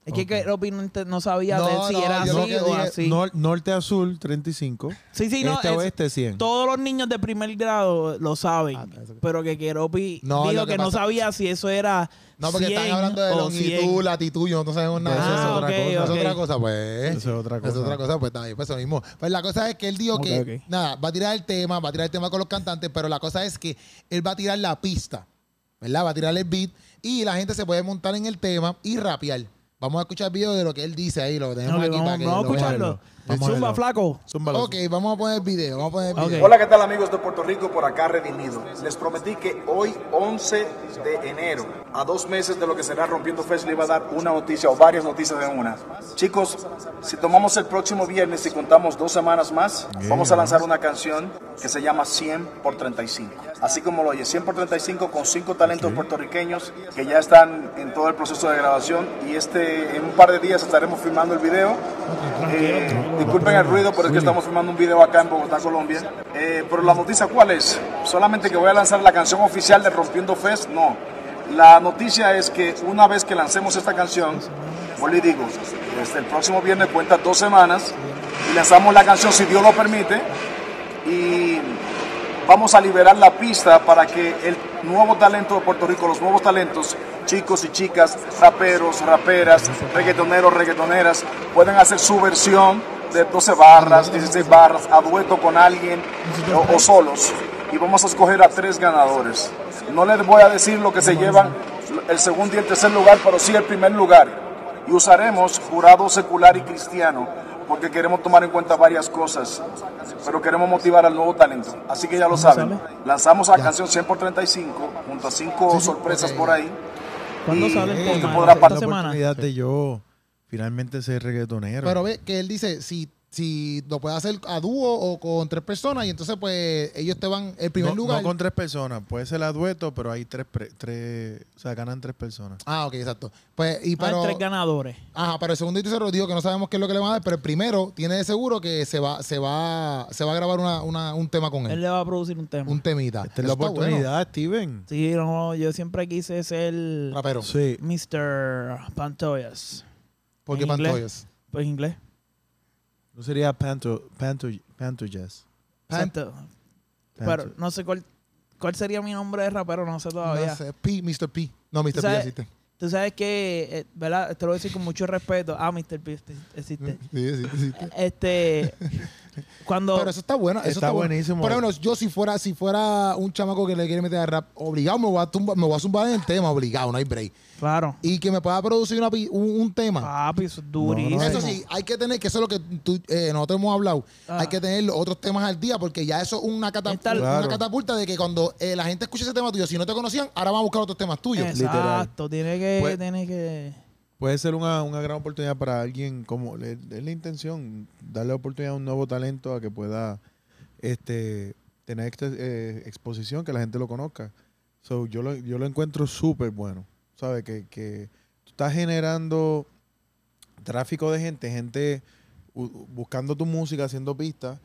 Speaker 3: Es
Speaker 2: Ok.
Speaker 3: que Keropi no, ente- no sabía
Speaker 1: No,
Speaker 3: de si
Speaker 1: no,
Speaker 3: era
Speaker 1: yo
Speaker 3: así
Speaker 1: lo
Speaker 3: o
Speaker 1: que dije-
Speaker 3: así.
Speaker 2: nor- norte a sur, 35.
Speaker 3: sí, sí, no.
Speaker 2: este
Speaker 3: es-
Speaker 2: a oeste, 100.
Speaker 3: todos los niños de primer grado lo saben.
Speaker 1: Ah, eso que-
Speaker 3: Pero que Keropi
Speaker 1: No,
Speaker 3: dijo
Speaker 1: lo
Speaker 3: que,
Speaker 1: que
Speaker 3: no
Speaker 1: pasa-
Speaker 3: sabía si eso era.
Speaker 1: No, porque
Speaker 3: 100
Speaker 1: están hablando de
Speaker 3: o
Speaker 1: longitud,
Speaker 3: 100.
Speaker 1: latitud, yo no sabemos nada.
Speaker 2: Ah,
Speaker 1: eso es otra
Speaker 3: ok,
Speaker 1: cosa. Eso
Speaker 3: ok.
Speaker 1: es otra cosa, pues.
Speaker 2: Eso es otra
Speaker 1: Eso es
Speaker 2: cosa.
Speaker 1: otra cosa, pues está bien, pues eso mismo. Pues la cosa es que él dijo
Speaker 3: Ok,
Speaker 1: que,
Speaker 3: ok.
Speaker 1: nada, va a tirar el tema, va a tirar el tema con los cantantes, pero la cosa es que él va a tirar la pista, ¿verdad? Va a tirar el beat y la gente se puede montar en el tema y rapear. Vamos a escuchar el video de lo que él dice ahí, lo tenemos
Speaker 3: No, que
Speaker 1: aquí para
Speaker 3: vamos,
Speaker 1: que
Speaker 3: vamos
Speaker 1: lo
Speaker 3: a
Speaker 1: vean.
Speaker 3: escucharlo.
Speaker 2: Vamos a
Speaker 3: Zumba,
Speaker 2: verlo.
Speaker 3: flaco.
Speaker 2: Zúmbalo.
Speaker 1: Ok, vamos a poner el video, vamos a poner el video.
Speaker 3: Ok.
Speaker 5: Hola, ¿qué tal amigos de Puerto Rico por acá redimido? Les prometí que hoy, 11 de enero, a dos meses de lo que será Rompiendo Fest, le iba a dar una noticia o varias noticias en una. Chicos, si tomamos el próximo viernes y contamos dos semanas más, vamos a lanzar una canción que se llama 100 por 35. Así como lo oye, 100 por 35 con cinco talentos puertorriqueños que ya están en todo el proceso de grabación y este, en un par de días estaremos filmando el video. Eh, disculpen el ruido, pero es que estamos filmando un video acá en Bogotá, Colombia. Eh, pero la noticia, ¿cuál es? Solamente que voy a lanzar la canción oficial de Rompiendo Fest, no. La noticia es que una vez que lancemos esta canción, pues le digo, desde el próximo viernes cuenta dos semanas y lanzamos la canción si Dios lo permite y vamos a liberar la pista para que el nuevo talento de Puerto Rico, los nuevos talentos, chicos y chicas, raperos, raperas, reggaetoneros, reggaetoneras, puedan hacer su versión de 12 barras, 16 barras, a dueto con alguien o, o solos. y vamos a escoger a tres ganadores. No les voy a decir lo que se llevan el segundo y el tercer lugar, pero sí el primer lugar. Y usaremos jurado secular y cristiano, porque queremos tomar en cuenta varias cosas, pero queremos motivar al nuevo talento. Así que ya lo saben. Lanzamos a canción 100 por 35, junto a cinco sorpresas
Speaker 1: ok.
Speaker 5: por ahí.
Speaker 3: ¿Cuándo
Speaker 5: Y
Speaker 3: sale el
Speaker 5: tú
Speaker 3: tema?
Speaker 5: podrás
Speaker 3: Esta
Speaker 2: la
Speaker 3: semana.
Speaker 2: oportunidad de yo finalmente ser reggaetonero.
Speaker 1: Pero ve que él dice, si, si lo puedes hacer a dúo o con tres personas, y entonces pues ellos te van, el primer
Speaker 2: no,
Speaker 1: lugar.
Speaker 2: no con tres personas, puede ser a dueto, pero hay tres, pre- tres, o sea, ganan tres personas.
Speaker 1: Ah, ok, exacto. Pues, y
Speaker 3: Hay
Speaker 1: pero,
Speaker 3: Ah, tres ganadores.
Speaker 1: ajá, pero el segundo y tercero digo que no sabemos qué es lo que le van a dar, pero el primero tiene de seguro que se va, se va, se va a grabar una, una- un tema con él.
Speaker 3: Él le va a producir un tema.
Speaker 1: un temita.
Speaker 2: Esta es
Speaker 1: Eso
Speaker 2: la
Speaker 1: está bueno.
Speaker 2: Este oportunidad, Steven.
Speaker 3: Sí, no, yo siempre quise ser
Speaker 1: Rapero.
Speaker 2: Sí.
Speaker 3: Mr. Pantoyas.
Speaker 1: ¿Por qué
Speaker 3: ¿En inglés?
Speaker 1: Pantoyas?
Speaker 3: Pues en inglés.
Speaker 2: No sería panto, panto, panto jazz.
Speaker 1: Pan-
Speaker 3: Santo.
Speaker 2: Panto-
Speaker 3: Pero no sé cuál, cuál sería mi nombre de rapero, no sé todavía.
Speaker 1: No sé, P, Mr. P. No, Mr.
Speaker 3: ¿Tú
Speaker 1: P ya
Speaker 3: sabes?
Speaker 1: existe.
Speaker 3: Tú sabes que, eh, ¿verdad? Te lo voy a decir con mucho respeto. Ah, Mr. Beast existe.
Speaker 1: Sí, existe, existe.
Speaker 3: Este, cuando...
Speaker 1: Pero eso está bueno. Eso
Speaker 2: Está
Speaker 1: está, bueno.
Speaker 2: buenísimo.
Speaker 1: Por ejemplo, yo si fuera, si fuera un chamaco que le quiere meter a rap, obligado me voy a, tumba- me voy a zumbar en el tema, obligado, no hay break.
Speaker 3: claro.
Speaker 1: Y que me pueda producir una pi- un, un tema.
Speaker 3: Papi, eso es durísimo.
Speaker 1: Ah. eso sí, hay que tener, que eso es lo que tú, eh, nosotros hemos hablado,
Speaker 3: Ah.
Speaker 1: hay que tener los otros temas al día, porque ya eso es una, catap-
Speaker 3: Está-
Speaker 1: una
Speaker 2: Claro.
Speaker 1: catapulta de que cuando eh, la gente escucha ese tema tuyo, si no te conocían, ahora van a buscar otros temas tuyos.
Speaker 3: Eh, Exacto, tiene que,
Speaker 2: Pues-
Speaker 3: tiene que...
Speaker 2: Puede ser una, una gran oportunidad para alguien, como le- es la intención, darle oportunidad a un nuevo talento a que pueda este, tener esta, eh, exposición, que la gente lo conozca. So, yo, lo, yo lo encuentro súper bueno. ¿Sabes? Que, que tú estás generando tráfico de gente, gente u- buscando tu música, haciendo pistas,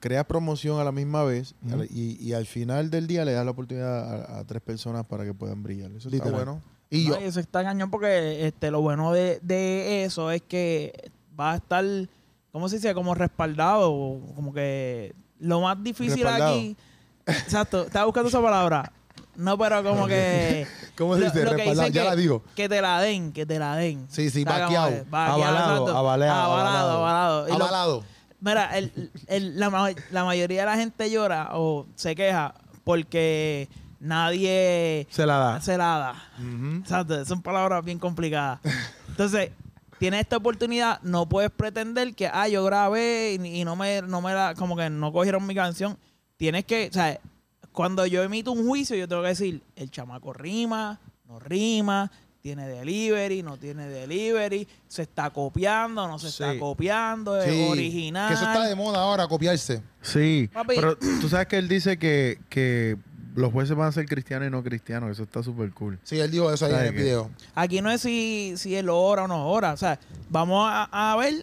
Speaker 2: creas promoción a la misma vez
Speaker 1: Ujú.
Speaker 2: y, y al final del día le das la oportunidad a, a tres personas para que puedan brillar. Eso está
Speaker 1: Literal.
Speaker 2: bueno.
Speaker 1: Y yo,
Speaker 3: No, y eso está cañón porque este, lo bueno de, de eso es que va a estar, ¿cómo se dice? Como respaldado, o como que lo más difícil
Speaker 2: Respaldado.
Speaker 3: aquí. Exacto, estaba buscando esa palabra. No, pero como que.
Speaker 1: ¿cómo
Speaker 3: lo-
Speaker 1: dice?
Speaker 3: lo que
Speaker 1: Respaldado,
Speaker 3: dicen
Speaker 1: ya
Speaker 3: que-
Speaker 1: la digo.
Speaker 3: Que te la den, que te la den.
Speaker 1: Sí, sí,
Speaker 3: Está como
Speaker 1: vaqueado.
Speaker 3: que vaqueado,
Speaker 2: Avalado,
Speaker 3: exacto.
Speaker 2: avaleado,
Speaker 3: avalado,
Speaker 2: avalado.
Speaker 3: avalado. Y lo-
Speaker 1: Avalado.
Speaker 3: Mira, el, el- la, ma- la mayoría de la gente llora o se queja porque nadie
Speaker 2: Se la da.
Speaker 3: se la da. Exacto, son palabras bien complicadas. Entonces, tienes esta oportunidad, no puedes pretender que, ah, yo grabé y, y no me, no me la, como que no cogieron mi canción. Tienes que, o sea, cuando yo emito un juicio, yo tengo que decir, el chamaco rima, no rima, tiene delivery, no tiene delivery, se está copiando, no se está
Speaker 2: Sí.
Speaker 3: copiando, es
Speaker 1: Sí,
Speaker 3: original.
Speaker 1: Que eso está de moda ahora, copiarse.
Speaker 2: Sí,
Speaker 3: Papi.
Speaker 2: pero tú sabes que él dice que, que los jueces van a ser cristianos y no cristianos. Eso está súper cool.
Speaker 1: Sí, él dijo eso ahí en
Speaker 2: ¿Sabe
Speaker 1: el
Speaker 2: qué?
Speaker 1: video.
Speaker 3: Aquí no es si, si él ora o no ora. O sea, vamos a, a ver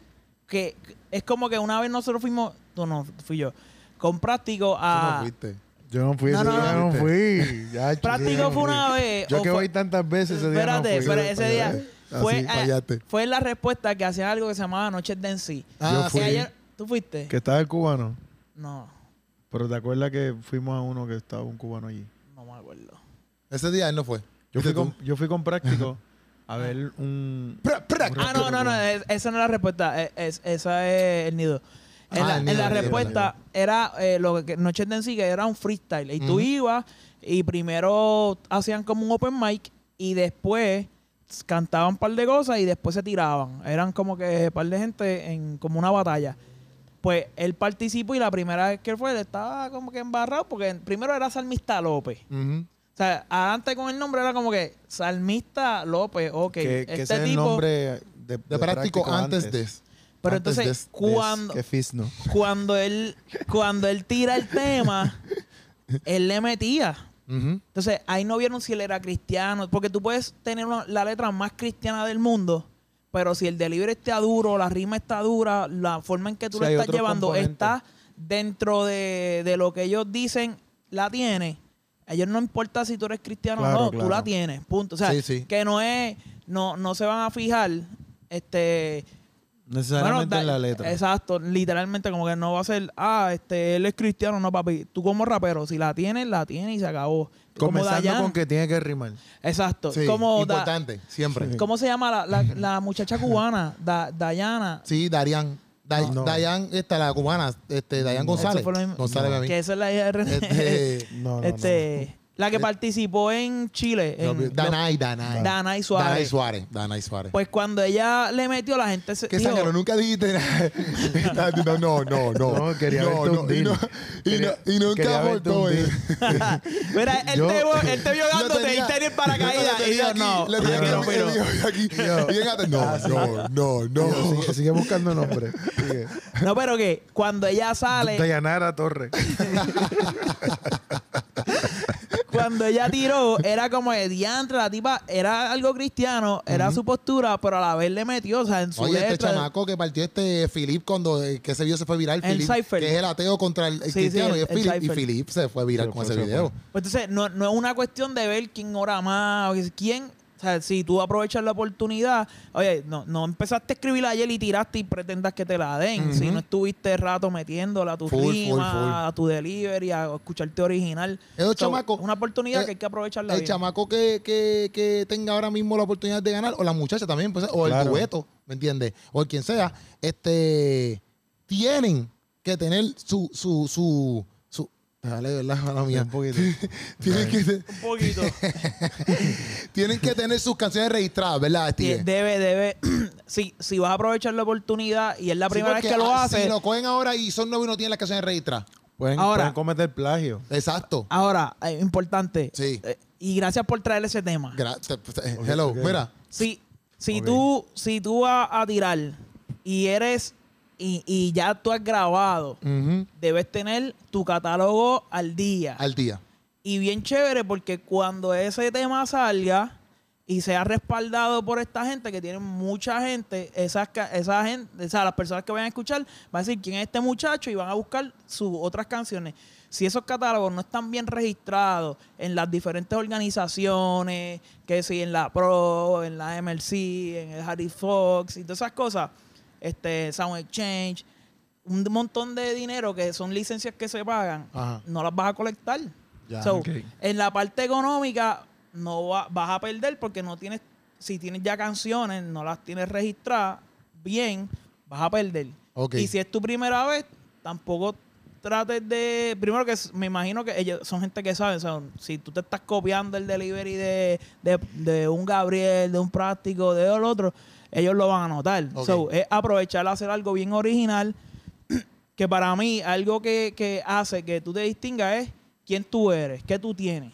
Speaker 3: que que es como que una vez nosotros fuimos, no, no, fui yo, con práctico
Speaker 1: Tú no
Speaker 3: a...
Speaker 1: fuiste.
Speaker 2: Yo no fui.
Speaker 3: No,
Speaker 2: ese
Speaker 3: no,
Speaker 2: día
Speaker 3: no.
Speaker 2: no fui. Ya,
Speaker 3: Práctico
Speaker 2: yo no
Speaker 3: fue una
Speaker 2: fui.
Speaker 3: vez,
Speaker 2: Yo
Speaker 3: o
Speaker 2: que
Speaker 3: fue-
Speaker 2: voy tantas veces ese día.
Speaker 3: espérate,
Speaker 2: no fui.
Speaker 3: pero ese día fue,
Speaker 1: Así,
Speaker 3: a-
Speaker 1: fallaste.
Speaker 3: fue la respuesta que hacían algo que se llamaba Noches de en sí.
Speaker 1: Ah,
Speaker 2: Yo
Speaker 1: sí.
Speaker 2: fui.
Speaker 3: Que ayer- ¿Tú fuiste?
Speaker 2: Que estaba el cubano.
Speaker 3: No,
Speaker 2: Pero te acuerdas que fuimos a uno que estaba un cubano allí.
Speaker 3: no me acuerdo.
Speaker 1: Ese día él no fue.
Speaker 2: Yo fui
Speaker 1: ¿Viste
Speaker 2: con,
Speaker 1: tú?
Speaker 2: yo fui con práctico a ver un.
Speaker 1: Pra- pra-
Speaker 3: Ah, no, no, no, es- esa no es la respuesta, es- es- esa es el nido. En,
Speaker 1: Ah,
Speaker 3: la,
Speaker 1: el
Speaker 3: en
Speaker 1: nido,
Speaker 3: la
Speaker 1: el nido,
Speaker 3: respuesta era eh, lo que Noche de en sí, que era un freestyle. Y tú
Speaker 1: Ujú.
Speaker 3: ibas y primero hacían como un open mic y después cantaban un par de cosas y después se tiraban. Eran como que un par de gente en como una batalla. Pues él participó y la primera vez que él fue, él estaba como que embarrado porque primero era Salmista López.
Speaker 1: Ujú.
Speaker 3: O sea, antes con el nombre era como que Salmista López, ok. este
Speaker 2: que, que ese es el nombre de, de
Speaker 1: De práctico antes de.
Speaker 3: Pero
Speaker 2: Antes
Speaker 3: entonces,
Speaker 2: de- de-
Speaker 3: cuando,
Speaker 2: Que Fisno.
Speaker 3: cuando, él, cuando él tira el tema, él le metía.
Speaker 1: Ujú.
Speaker 3: Entonces, ahí no vieron si él era cristiano. Porque tú puedes tener una- la letra más cristiana del mundo, pero si el delivery está duro, la rima está dura, la forma en que tú
Speaker 2: Sí,
Speaker 3: la
Speaker 2: hay
Speaker 3: estás
Speaker 2: otro
Speaker 3: llevando
Speaker 2: componente.
Speaker 3: está dentro de, de lo que ellos dicen, la tiene. A ellos no importa si tú eres cristiano o
Speaker 2: Claro,
Speaker 3: no, tú la
Speaker 2: claro.
Speaker 3: tienes, punto. O sea,
Speaker 1: Sí, sí.
Speaker 3: que no es, no, no se van a fijar, este,
Speaker 2: Necesariamente
Speaker 3: bueno,
Speaker 2: en
Speaker 3: da-
Speaker 2: la letra.
Speaker 3: Exacto, literalmente como que no va a ser, ah, este, él es cristiano, no, papi. Tú como rapero, si la tienes, la tienes y se acabó. Como
Speaker 2: Comenzando
Speaker 3: Dayan.
Speaker 2: con que tiene que rimar.
Speaker 3: Exacto.
Speaker 1: Sí,
Speaker 3: como Da-
Speaker 1: importante, siempre.
Speaker 3: ¿Cómo se llama la, la- la muchacha cubana? Da- Dayana.
Speaker 1: Sí, Darían. Day-
Speaker 2: No.
Speaker 1: Dayan, esta, la cubana, este, Dayan González.
Speaker 3: Eso fue lo mismo.
Speaker 1: González,
Speaker 3: No.
Speaker 1: mami.
Speaker 3: Que esa es la hija de René.
Speaker 1: Este,
Speaker 2: No, no, no.
Speaker 3: Este, La que participó en Chile.
Speaker 1: lo-
Speaker 3: En, lo-
Speaker 1: Danay, Danay.
Speaker 3: Danay Suárez.
Speaker 1: Danay Suárez. Danay Suárez.
Speaker 3: Pues cuando ella le metió, la gente se.
Speaker 1: que
Speaker 3: dijo,
Speaker 1: sangre, nunca dijiste nada. no, no, no, no.
Speaker 2: No, quería
Speaker 1: no,
Speaker 2: verte un
Speaker 1: no, y,
Speaker 2: deal.
Speaker 1: no, y, no,
Speaker 2: Quería-
Speaker 1: y nunca
Speaker 2: quería verte
Speaker 1: abortó.
Speaker 2: un
Speaker 1: eh.
Speaker 2: deal.
Speaker 3: Mira, él,
Speaker 2: Yo-
Speaker 3: te, vio- él te vio
Speaker 1: Yo
Speaker 3: dándote
Speaker 1: tenía-
Speaker 3: interior
Speaker 1: yo
Speaker 3: paracaídas.
Speaker 1: tenía
Speaker 3: Y yo,
Speaker 1: aquí,
Speaker 3: no.
Speaker 1: le
Speaker 3: yo
Speaker 1: tenía
Speaker 3: no,
Speaker 1: aquí,
Speaker 3: pero-
Speaker 1: le tenía aquí, y en atrás,
Speaker 2: Ah, sí.
Speaker 1: No, no, no, no.
Speaker 2: Sigue, sigue buscando nombre. Sigue.
Speaker 3: no, pero que cuando ella sale,
Speaker 2: Dayanara Torres.
Speaker 3: cuando ella tiró, era como de diantre, la tipa era algo cristiano, era su postura, pero a la vez le metió, o sea, en su
Speaker 1: Oye, este
Speaker 3: letra,
Speaker 1: chamaco que partió este Philip cuando eh, que ese video se fue viral,
Speaker 3: El
Speaker 1: Philip,
Speaker 3: Seinfeld.
Speaker 1: que es el ateo contra el, el
Speaker 3: Sí, sí,
Speaker 1: cristiano,
Speaker 3: el-
Speaker 1: y es
Speaker 3: el
Speaker 1: Philip, y
Speaker 3: Seinfeld.
Speaker 1: Philip se fue viral
Speaker 2: Se
Speaker 1: con
Speaker 2: fue,
Speaker 1: ese
Speaker 2: se
Speaker 1: video.
Speaker 3: Pues entonces, no, no es una cuestión de ver quién ora más, o que- quién. O sea, si tú aprovechas la oportunidad, oye, no, no empezaste a escribir ayer y tiraste y pretendas que te la den. Si no estuviste rato metiéndola a tu
Speaker 1: Full, full,
Speaker 3: rima,
Speaker 1: full.
Speaker 3: a tu delivery, a escucharte original.
Speaker 1: Es un
Speaker 3: So,
Speaker 1: chamaco-
Speaker 3: Una oportunidad
Speaker 1: eh,
Speaker 3: que hay que aprovecharla.
Speaker 1: El
Speaker 3: bien.
Speaker 1: chamaco que, que, que tenga ahora mismo la oportunidad de ganar, o la muchacha también, pues, o el
Speaker 2: Claro.
Speaker 1: dueto, ¿me entiendes? O el quien sea, este tienen que tener su, su, su, su Dale, ¿verdad? Mala mía.
Speaker 2: Un poquito.
Speaker 1: Tienen que, te-
Speaker 3: Un poquito.
Speaker 1: tienen que tener sus canciones registradas, ¿verdad, Steve?
Speaker 3: Tie- debe, debe. si, si vas a aprovechar la oportunidad y es la
Speaker 1: Sí,
Speaker 3: primera vez
Speaker 1: porque,
Speaker 3: que lo
Speaker 1: ah,
Speaker 3: haces.
Speaker 1: Si lo cogen ahora y son nuevos y no tienen las canciones registradas.
Speaker 2: Pueden,
Speaker 3: Ahora-
Speaker 2: pueden cometer plagio.
Speaker 1: Exacto.
Speaker 3: Ahora, eh, importante.
Speaker 1: Sí.
Speaker 3: eh, y gracias por traer ese tema.
Speaker 1: Gra- te- te- hello,
Speaker 2: ok.
Speaker 1: mira.
Speaker 3: Si, si
Speaker 2: Ok.
Speaker 3: tú, si tú vas a tirar y eres y, y ya tú has grabado, debes tener tu catálogo al día.
Speaker 1: Al día.
Speaker 3: Y bien chévere porque cuando ese tema salga y sea respaldado por esta gente que tiene mucha gente, esas, ca- esa gente, o sea, las personas que vayan a escuchar van a decir quién es este muchacho y van a buscar sus otras canciones. Si esos catálogos no están bien registrados en las diferentes organizaciones, que si en la PRO, en la MLC, en el Harry Fox y todas esas cosas, este Sound Exchange, un montón de dinero que son licencias que se pagan,
Speaker 1: Ajá.
Speaker 3: no las vas a colectar.
Speaker 1: Ya,
Speaker 3: So,
Speaker 2: ok.
Speaker 3: En la parte económica no va- vas a perder porque no tienes, si tienes ya canciones, no las tienes registradas bien, vas a perder.
Speaker 1: Ok.
Speaker 3: Y si es tu primera vez, tampoco trates de, primero que s- me imagino que ellos son gente que sabe, son, si tú te estás copiando el delivery de, de- de un Gabriel, de un práctico, de el otro, ellos lo van a notar.
Speaker 1: Ok.
Speaker 3: So, es aprovechar hacer algo bien original que para mí algo que, que hace que tú te distingas es quién tú eres, qué tú tienes.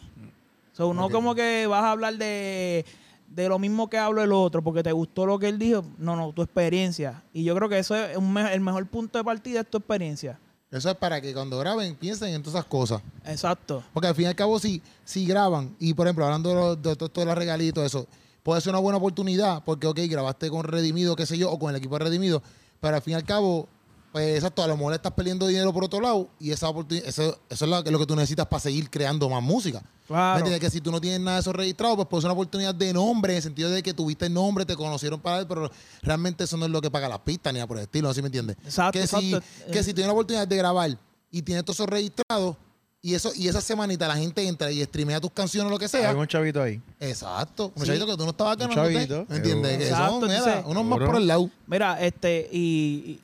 Speaker 3: So, no
Speaker 1: Ok.
Speaker 3: como que vas a hablar de, de lo mismo que habló el otro porque te gustó lo que él dijo. No, no, tu experiencia. Y yo creo que eso es un me- el mejor punto de partida, es tu experiencia.
Speaker 1: Eso es para que cuando graben piensen en todas esas cosas.
Speaker 3: Exacto.
Speaker 1: Porque al fin y al cabo, si, si graban, y por ejemplo, hablando de, lo- de todo esto de las regalitas y todo eso, puede ser una buena oportunidad, porque, ok, grabaste con Redimido, qué sé yo, o con el equipo de Redimido, pero al fin y al cabo, pues exacto, a lo mejor estás perdiendo dinero por otro lado, y esa oportunidad, eso, eso es lo, que- lo que tú necesitas para seguir creando más música.
Speaker 3: Claro.
Speaker 1: ¿Me entiendes? Que si tú no tienes nada de eso registrado, pues puede ser una oportunidad de nombre, en el sentido de que tuviste el nombre, te conocieron para él, pero realmente eso no es lo que paga las pistas ni nada por el estilo, ¿sí me entiendes?
Speaker 3: Exacto,
Speaker 1: que si,
Speaker 3: exacto. Eh.
Speaker 1: que si tienes la oportunidad de grabar y tienes todo eso registrado y eso y esa semanita la gente entra y streamea tus canciones o lo que sea.
Speaker 2: Hay un chavito ahí.
Speaker 1: Exacto. Un
Speaker 3: Sí.
Speaker 1: chavito que tú no estabas
Speaker 2: Un
Speaker 1: ganando.
Speaker 2: chavito.
Speaker 1: ¿Me entiendes? Que
Speaker 3: Exacto,
Speaker 1: son, mira,
Speaker 3: entonces-
Speaker 1: unos más
Speaker 2: Seguro.
Speaker 1: por el lado.
Speaker 3: Mira, este, y,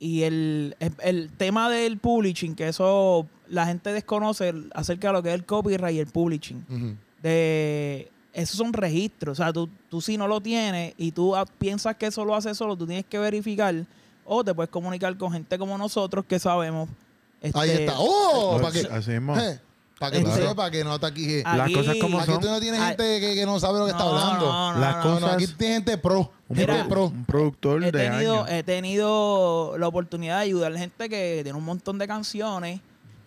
Speaker 3: y el, el tema del publishing, que eso la gente desconoce acerca de lo que es el copyright y el publishing.
Speaker 1: Ujú.
Speaker 3: de esos son registros. O sea, tú, tú si no lo tienes y tú ah, piensas que eso lo hace solo, tú tienes que verificar o te puedes comunicar con gente como nosotros que sabemos. este,
Speaker 1: Ahí está. ¡Oh!
Speaker 2: Así-
Speaker 1: Para que,
Speaker 2: así mismo.
Speaker 1: eh, para que tú
Speaker 3: Este-
Speaker 1: sepas que no está aquí. eh? que-
Speaker 3: Ah,
Speaker 2: Las cosas como
Speaker 1: aquí
Speaker 2: son.
Speaker 1: tú no tienes
Speaker 3: ah,
Speaker 1: gente que, que no sabe lo que está
Speaker 3: No,
Speaker 1: hablando.
Speaker 3: no, no,
Speaker 2: Las
Speaker 3: no,
Speaker 1: No,
Speaker 2: cosas-
Speaker 1: no, aquí tiene gente pro.
Speaker 2: Un,
Speaker 1: gente
Speaker 3: Mira,
Speaker 1: pro.
Speaker 2: un productor
Speaker 3: he
Speaker 2: de
Speaker 3: tenido,
Speaker 2: años.
Speaker 3: he tenido la oportunidad de ayudar a gente que tiene un montón de canciones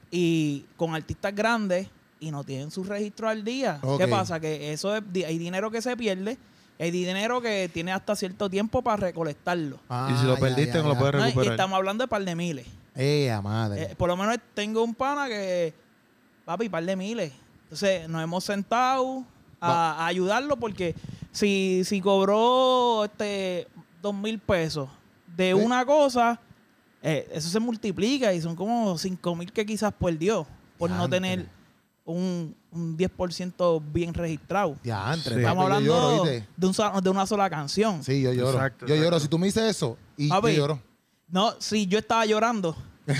Speaker 3: y con artistas grandes y no tienen su registro al día.
Speaker 1: Ok.
Speaker 3: ¿Qué pasa? Que eso es, di- hay dinero que se pierde, hay dinero que tiene hasta cierto tiempo para recolectarlo.
Speaker 1: Ah,
Speaker 2: y si lo
Speaker 1: ya,
Speaker 2: perdiste,
Speaker 1: ya,
Speaker 2: no lo
Speaker 1: ya.
Speaker 2: puedes
Speaker 3: No, y- y
Speaker 2: recuperar.
Speaker 3: estamos hablando de par de miles.
Speaker 1: Eh, a madre.
Speaker 3: Eh, por lo menos tengo un pana que, papi, par de miles. Entonces nos hemos sentado a, a ayudarlo porque si, si cobró este dos mil pesos de una cosa, eh, eso se multiplica y son como cinco mil que quizás perdió por no
Speaker 1: Diantre.
Speaker 3: tener un, un 10% bien registrado.
Speaker 1: ya, entre.
Speaker 2: Sí.
Speaker 3: Estamos
Speaker 1: papi, yo
Speaker 3: hablando
Speaker 1: lloro, ¿oíste?
Speaker 3: de, un so- de una sola canción.
Speaker 1: Sí, yo lloro.
Speaker 2: Exacto,
Speaker 1: yo lloro.
Speaker 2: exacto.
Speaker 1: Si tú me dices eso, y
Speaker 3: Papi,
Speaker 1: yo lloro.
Speaker 3: No, si yo estaba llorando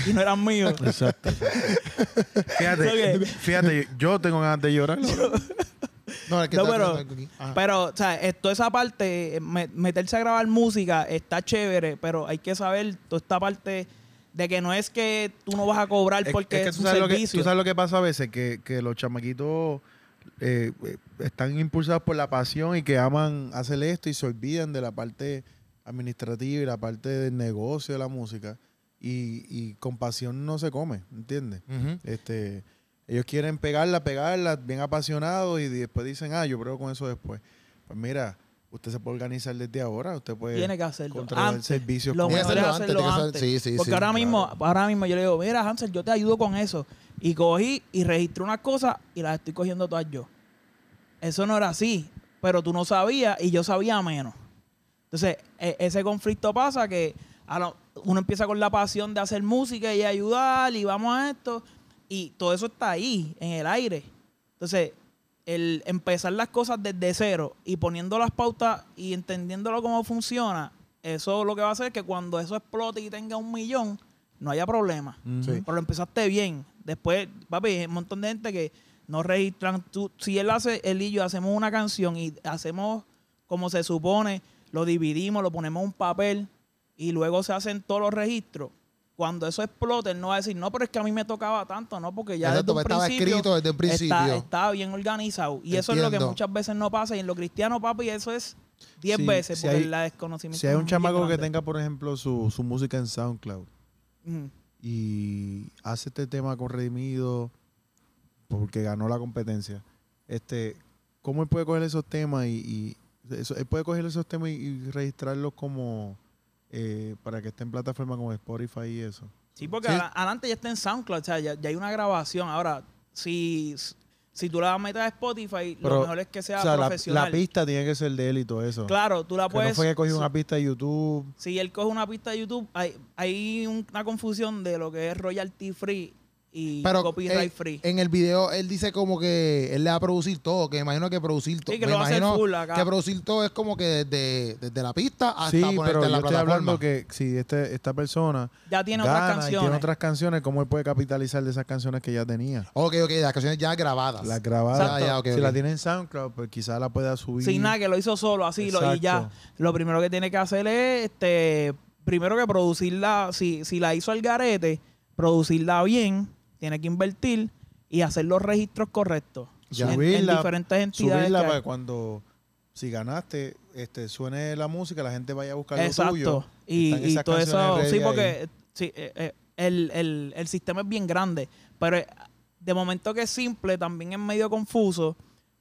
Speaker 3: y no eran míos.
Speaker 2: Exacto.
Speaker 3: Ok.
Speaker 6: Fíjate, fíjate, yo tengo ganas de llorar.
Speaker 1: No, es que
Speaker 3: No,
Speaker 1: está
Speaker 3: pero,
Speaker 1: tratando aquí. Ajá.
Speaker 3: pero, o sea, eh, toda esa parte, eh, me- meterse a grabar música está chévere, pero hay que saber toda esta parte de que no es que tú no vas a cobrar
Speaker 2: Es-
Speaker 3: porque
Speaker 2: es
Speaker 3: es,
Speaker 2: que tú
Speaker 3: un
Speaker 2: sabes lo que-
Speaker 3: servicio.
Speaker 2: tú sabes lo que pasa a veces, que, que los chamaquitos eh, eh, están impulsados por la pasión y que aman hacer esto y se olvidan de la parte administrativa y la parte del negocio de la música. Y, y con pasión no se come, ¿entiendes?
Speaker 1: Ujú.
Speaker 2: Este, ellos quieren pegarla, pegarla, bien apasionados y después dicen, ah, yo pruebo con eso después. Pues mira, usted se puede organizar desde ahora, usted puede
Speaker 3: Tiene que hacerlo.
Speaker 2: controlar
Speaker 3: Antes.
Speaker 2: servicios.
Speaker 3: Lo
Speaker 2: como-
Speaker 1: Tiene que
Speaker 3: mejor es
Speaker 1: hacerlo antes,
Speaker 3: hacerlo
Speaker 1: tiene que hacer-
Speaker 3: antes.
Speaker 1: sí, sí,
Speaker 3: Porque
Speaker 1: sí,
Speaker 3: ahora mismo,
Speaker 1: claro.
Speaker 3: ahora mismo yo le digo, mira, Hansel, yo te ayudo con eso. Y cogí y registré unas cosas y las estoy cogiendo todas yo. Eso no era así, pero tú no sabías y yo sabía menos. Entonces, e- ese conflicto pasa que a lo- uno empieza con la pasión de hacer música y ayudar y vamos a esto. Y todo eso está ahí, en el aire. Entonces, el empezar las cosas desde cero y poniendo las pautas y entendiéndolo cómo funciona, eso lo que va a hacer es que cuando eso explote y tenga un millón, no haya problema.
Speaker 2: Sí.
Speaker 3: Pero lo empezaste bien. Después, papi, hay un montón de gente que no registran. Tú, si él hace, él y yo hacemos una canción y hacemos como se supone, lo dividimos, lo ponemos en un papel y luego se hacen todos los registros. Cuando eso explote, él no va a decir, no, pero es que a mí me tocaba tanto, ¿no? Porque ya
Speaker 1: Exacto, pues,
Speaker 3: desde un
Speaker 1: estaba
Speaker 3: principio
Speaker 1: escrito desde un
Speaker 3: Está,
Speaker 1: principio.
Speaker 3: está bien organizado. Y eso es lo que
Speaker 1: Entiendo.
Speaker 3: muchas veces no pasa. Y en lo cristiano, papi, eso es 10
Speaker 2: Sí,
Speaker 3: veces
Speaker 2: si
Speaker 3: porque
Speaker 2: hay-
Speaker 3: la desconocimiento.
Speaker 2: Si hay
Speaker 3: es
Speaker 2: un
Speaker 3: bien
Speaker 2: chamaco que
Speaker 3: grande.
Speaker 2: tenga, por ejemplo, su, su música en SoundCloud
Speaker 3: Ujú.
Speaker 2: y hace este tema con Redimido porque ganó la competencia, este, ¿cómo él puede coger esos temas y, y eso- él puede coger esos temas y, y registrarlos como eh, para que esté en plataformas como Spotify y eso?
Speaker 3: Sí, porque
Speaker 1: Sí.
Speaker 3: ala- adelante ya está en SoundCloud, o sea, ya, ya hay una grabación. Ahora, si, si tú la metes a Spotify, lo
Speaker 2: Pero,
Speaker 3: mejor es que sea
Speaker 2: o sea, la,
Speaker 3: profesional.
Speaker 2: la pista tiene que ser de él y todo eso.
Speaker 3: Claro, pues, tú la
Speaker 2: Que no
Speaker 3: puedes.
Speaker 2: fue que cogió
Speaker 3: si-
Speaker 2: una pista de YouTube.
Speaker 3: Si él coge una pista de YouTube, hay, hay un- una confusión de lo que es royalty free y
Speaker 1: Pero
Speaker 3: copyright
Speaker 1: eh,
Speaker 3: free.
Speaker 1: en el video él dice como que él le va a producir todo, que me imagino que producir todo.
Speaker 3: Sí, que
Speaker 1: me
Speaker 3: lo va a hacer
Speaker 1: imagino
Speaker 3: full acá.
Speaker 1: que producir todo es como que desde, desde la pista hasta
Speaker 2: Sí,
Speaker 1: ponerte
Speaker 2: pero
Speaker 1: en la
Speaker 2: yo estoy hablando
Speaker 1: plataforma.
Speaker 2: que si este, esta persona
Speaker 3: ya tiene
Speaker 2: gana
Speaker 3: otras
Speaker 2: y
Speaker 3: canciones.
Speaker 2: tiene otras canciones, ¿cómo él puede capitalizar de esas canciones que ya tenía?
Speaker 1: Ok, ok, las canciones ya grabadas.
Speaker 2: Las grabadas.
Speaker 1: Ah, Ya, ya, ok,
Speaker 2: si
Speaker 1: ok.
Speaker 2: la tiene en SoundCloud, pues quizás la pueda subir.
Speaker 3: Sin nada, que lo hizo solo, así, lo, y ya.
Speaker 2: Exacto.
Speaker 3: Lo primero que tiene que hacer es, este, primero que producirla, si, si la hizo al garete, producirla bien, tiene que invertir y hacer los registros correctos.
Speaker 2: Ya.
Speaker 3: En, en
Speaker 2: Subirla,
Speaker 3: diferentes entidades.
Speaker 2: subirla pues,
Speaker 3: que hay.
Speaker 2: para que cuando, si ganaste, este, suene la música, la gente vaya a buscar
Speaker 3: Exacto.
Speaker 2: lo tuyo.
Speaker 3: Y,
Speaker 2: Están
Speaker 3: y
Speaker 2: esas
Speaker 3: todo
Speaker 2: canciones
Speaker 3: eso,
Speaker 2: ready
Speaker 3: sí,
Speaker 2: ahí.
Speaker 3: porque sí, eh, eh, el, el- el sistema es bien grande, pero eh, de momento que es simple, también es medio confuso,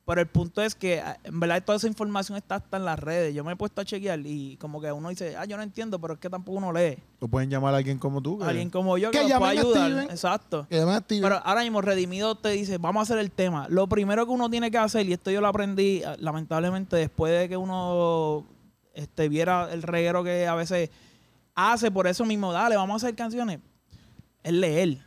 Speaker 3: pero el punto es que eh, en verdad toda esa información está hasta en las redes. Yo me he puesto a chequear y como que uno dice, ah, yo no entiendo, pero es que tampoco uno lee.
Speaker 2: O pueden llamar a alguien como tú. que-
Speaker 3: Alguien como yo que,
Speaker 1: que
Speaker 3: nos pueda
Speaker 1: llamen a
Speaker 3: ayudar.
Speaker 1: Steven.
Speaker 3: Exacto.
Speaker 1: Que además Steven-
Speaker 3: Pero ahora mismo Redimido te dice, vamos a hacer el tema. Lo primero que uno tiene que hacer, y esto yo lo aprendí ah, lamentablemente después de que uno este, viera el reguero que a veces hace por eso mismo, dale, vamos a hacer canciones, es leer.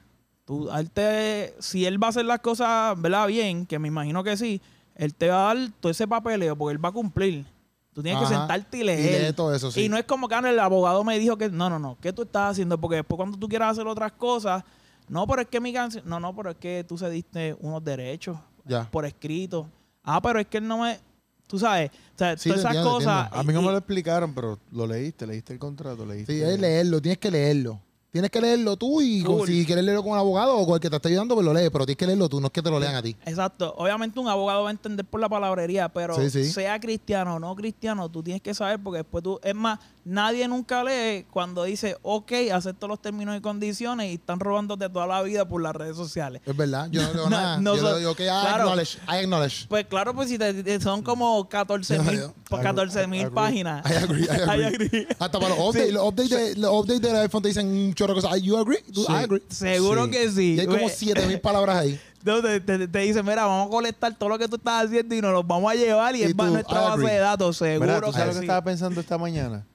Speaker 3: Tú, a él te- si él va a hacer las cosas ¿verdad? bien, que me imagino que sí, él te va a dar todo ese papeleo porque él va a cumplir. Tú tienes que
Speaker 1: Ajá.
Speaker 3: sentarte y
Speaker 1: Y
Speaker 3: leer.
Speaker 1: lee todo eso, sí.
Speaker 3: Y no es como que "Ah, el abogado me dijo que no, no, no, ¿qué tú estás haciendo? Porque después cuando tú quieras hacer otras cosas, no, pero es que mi canción, no, no, pero es que tú cediste unos derechos
Speaker 1: Ya.
Speaker 3: por escrito. Ah, pero es que él no me, tú sabes, o sea,
Speaker 1: Sí, te
Speaker 3: todas esas
Speaker 1: entiendo, te
Speaker 3: cosas.
Speaker 2: A mí no
Speaker 3: y-
Speaker 2: me lo explicaron, pero lo leíste, leíste el contrato, leíste.
Speaker 1: Sí, es leerlo, tienes que leerlo. Tienes que leerlo tú y con-
Speaker 3: Full.
Speaker 1: si quieres leerlo con un abogado o con el que te está ayudando, pues lo lees, pero tienes que leerlo tú, no es que te lo lean a ti.
Speaker 3: Exacto. Obviamente un abogado va a entender por la palabrería, pero
Speaker 1: Sí, sí.
Speaker 3: sea cristiano o no cristiano, tú tienes que saber porque después tú... Es más, nadie nunca lee cuando dice, ok, acepto los términos y condiciones y están robándote toda la vida por las redes sociales.
Speaker 1: Es verdad, yo no leo
Speaker 3: No,
Speaker 1: nada.
Speaker 3: no
Speaker 1: yo
Speaker 3: so-
Speaker 1: le digo que I
Speaker 3: claro.
Speaker 1: acknowledge, I acknowledge.
Speaker 3: Pues claro, pues si te- te- son como 14 mil
Speaker 1: Yo-
Speaker 2: agree, agree.
Speaker 3: páginas.
Speaker 1: I agree, I agree.
Speaker 3: I agree.
Speaker 1: Hasta para los updates, los updates de- los updates del iPhone te dicen un chorro de cosas. "Ah, You agree? Do
Speaker 2: Sí.
Speaker 1: I agree.
Speaker 3: Seguro
Speaker 2: Sí.
Speaker 3: que sí.
Speaker 1: Y hay como
Speaker 3: Pues,
Speaker 1: 7000 palabras ahí.
Speaker 3: entonces te, te- te dicen, mira, vamos a colectar todo lo que tú estás haciendo y nos lo vamos a llevar y,
Speaker 1: Y
Speaker 3: es para
Speaker 1: tú,
Speaker 3: nuestra
Speaker 1: I
Speaker 3: base
Speaker 1: agree.
Speaker 3: de datos, seguro
Speaker 2: Mira, ¿tú sabes lo
Speaker 3: que
Speaker 2: que
Speaker 3: sí.
Speaker 2: estaba pensando esta mañana?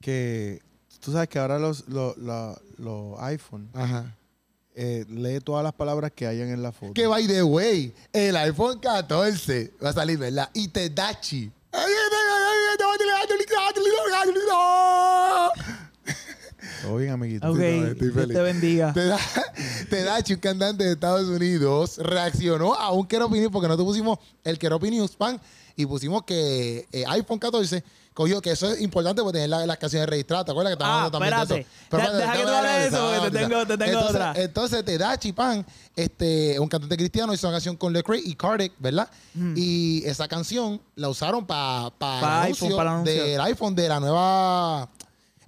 Speaker 2: Que tú sabes que ahora los, los, la- los iPhone
Speaker 1: Ajá.
Speaker 2: eh, lee todas las palabras que hayan en la foto.
Speaker 1: Que by the way, el iPhone 14 va a salir, ¿verdad? Y Tedachi.
Speaker 2: Todo bien, amiguito.
Speaker 3: Ok,
Speaker 1: estoy
Speaker 3: Dios
Speaker 1: feliz.
Speaker 3: te bendiga.
Speaker 1: Te da, te da un cantante de Estados Unidos reaccionó a un Keropi News porque nosotros pusimos el Keropi News pan y pusimos que eh, iPhone 14 cogió que eso es importante porque tener la- las canciones registradas. ¿Te acuerdas que estábamos
Speaker 3: Ah,
Speaker 1: hablando también de
Speaker 3: espérate.
Speaker 1: eso?
Speaker 3: De- deja que tú hables de eso, porque te tengo- te tengo
Speaker 1: entonces,
Speaker 3: otra.
Speaker 1: Entonces te da Chipán, este, un cantante cristiano, hizo una canción con Lecrae y Kardec, ¿verdad? Y esa canción la usaron para
Speaker 3: Mm. Pa iPhone, pa el anuncio.
Speaker 1: del iPhone de la nueva.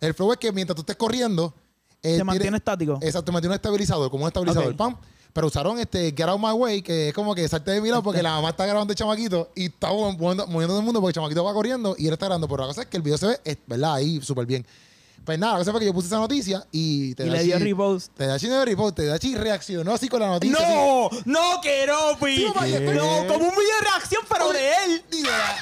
Speaker 1: El flow es que mientras tú estés corriendo, eh,
Speaker 3: Te
Speaker 1: tiene-
Speaker 3: mantiene estático.
Speaker 1: Exacto, te mantiene un estabilizador, como un estabilizador,
Speaker 3: Ok.
Speaker 1: pam. Pero usaron este Get Out My Way, que es como que salte de mi lado porque la mamá está grabando el chamaquito y está mo- moviendo, moviendo todo el mundo porque el chamaquito va corriendo y él está grabando. Pero la cosa es que el video se ve, eh, ¿verdad? Ahí súper bien. Pues nada, la cosa fue que yo puse esa noticia y te
Speaker 3: Y
Speaker 1: da
Speaker 3: le dio
Speaker 1: chi-
Speaker 3: repost.
Speaker 1: Te da chino de repost, te da chi reaccionó así con la noticia. así.
Speaker 3: ¡No! ¡No, Keropi!
Speaker 1: Sí, vaya, estoy-
Speaker 3: No, como un video de reacción, pero de él.
Speaker 1: Y de la-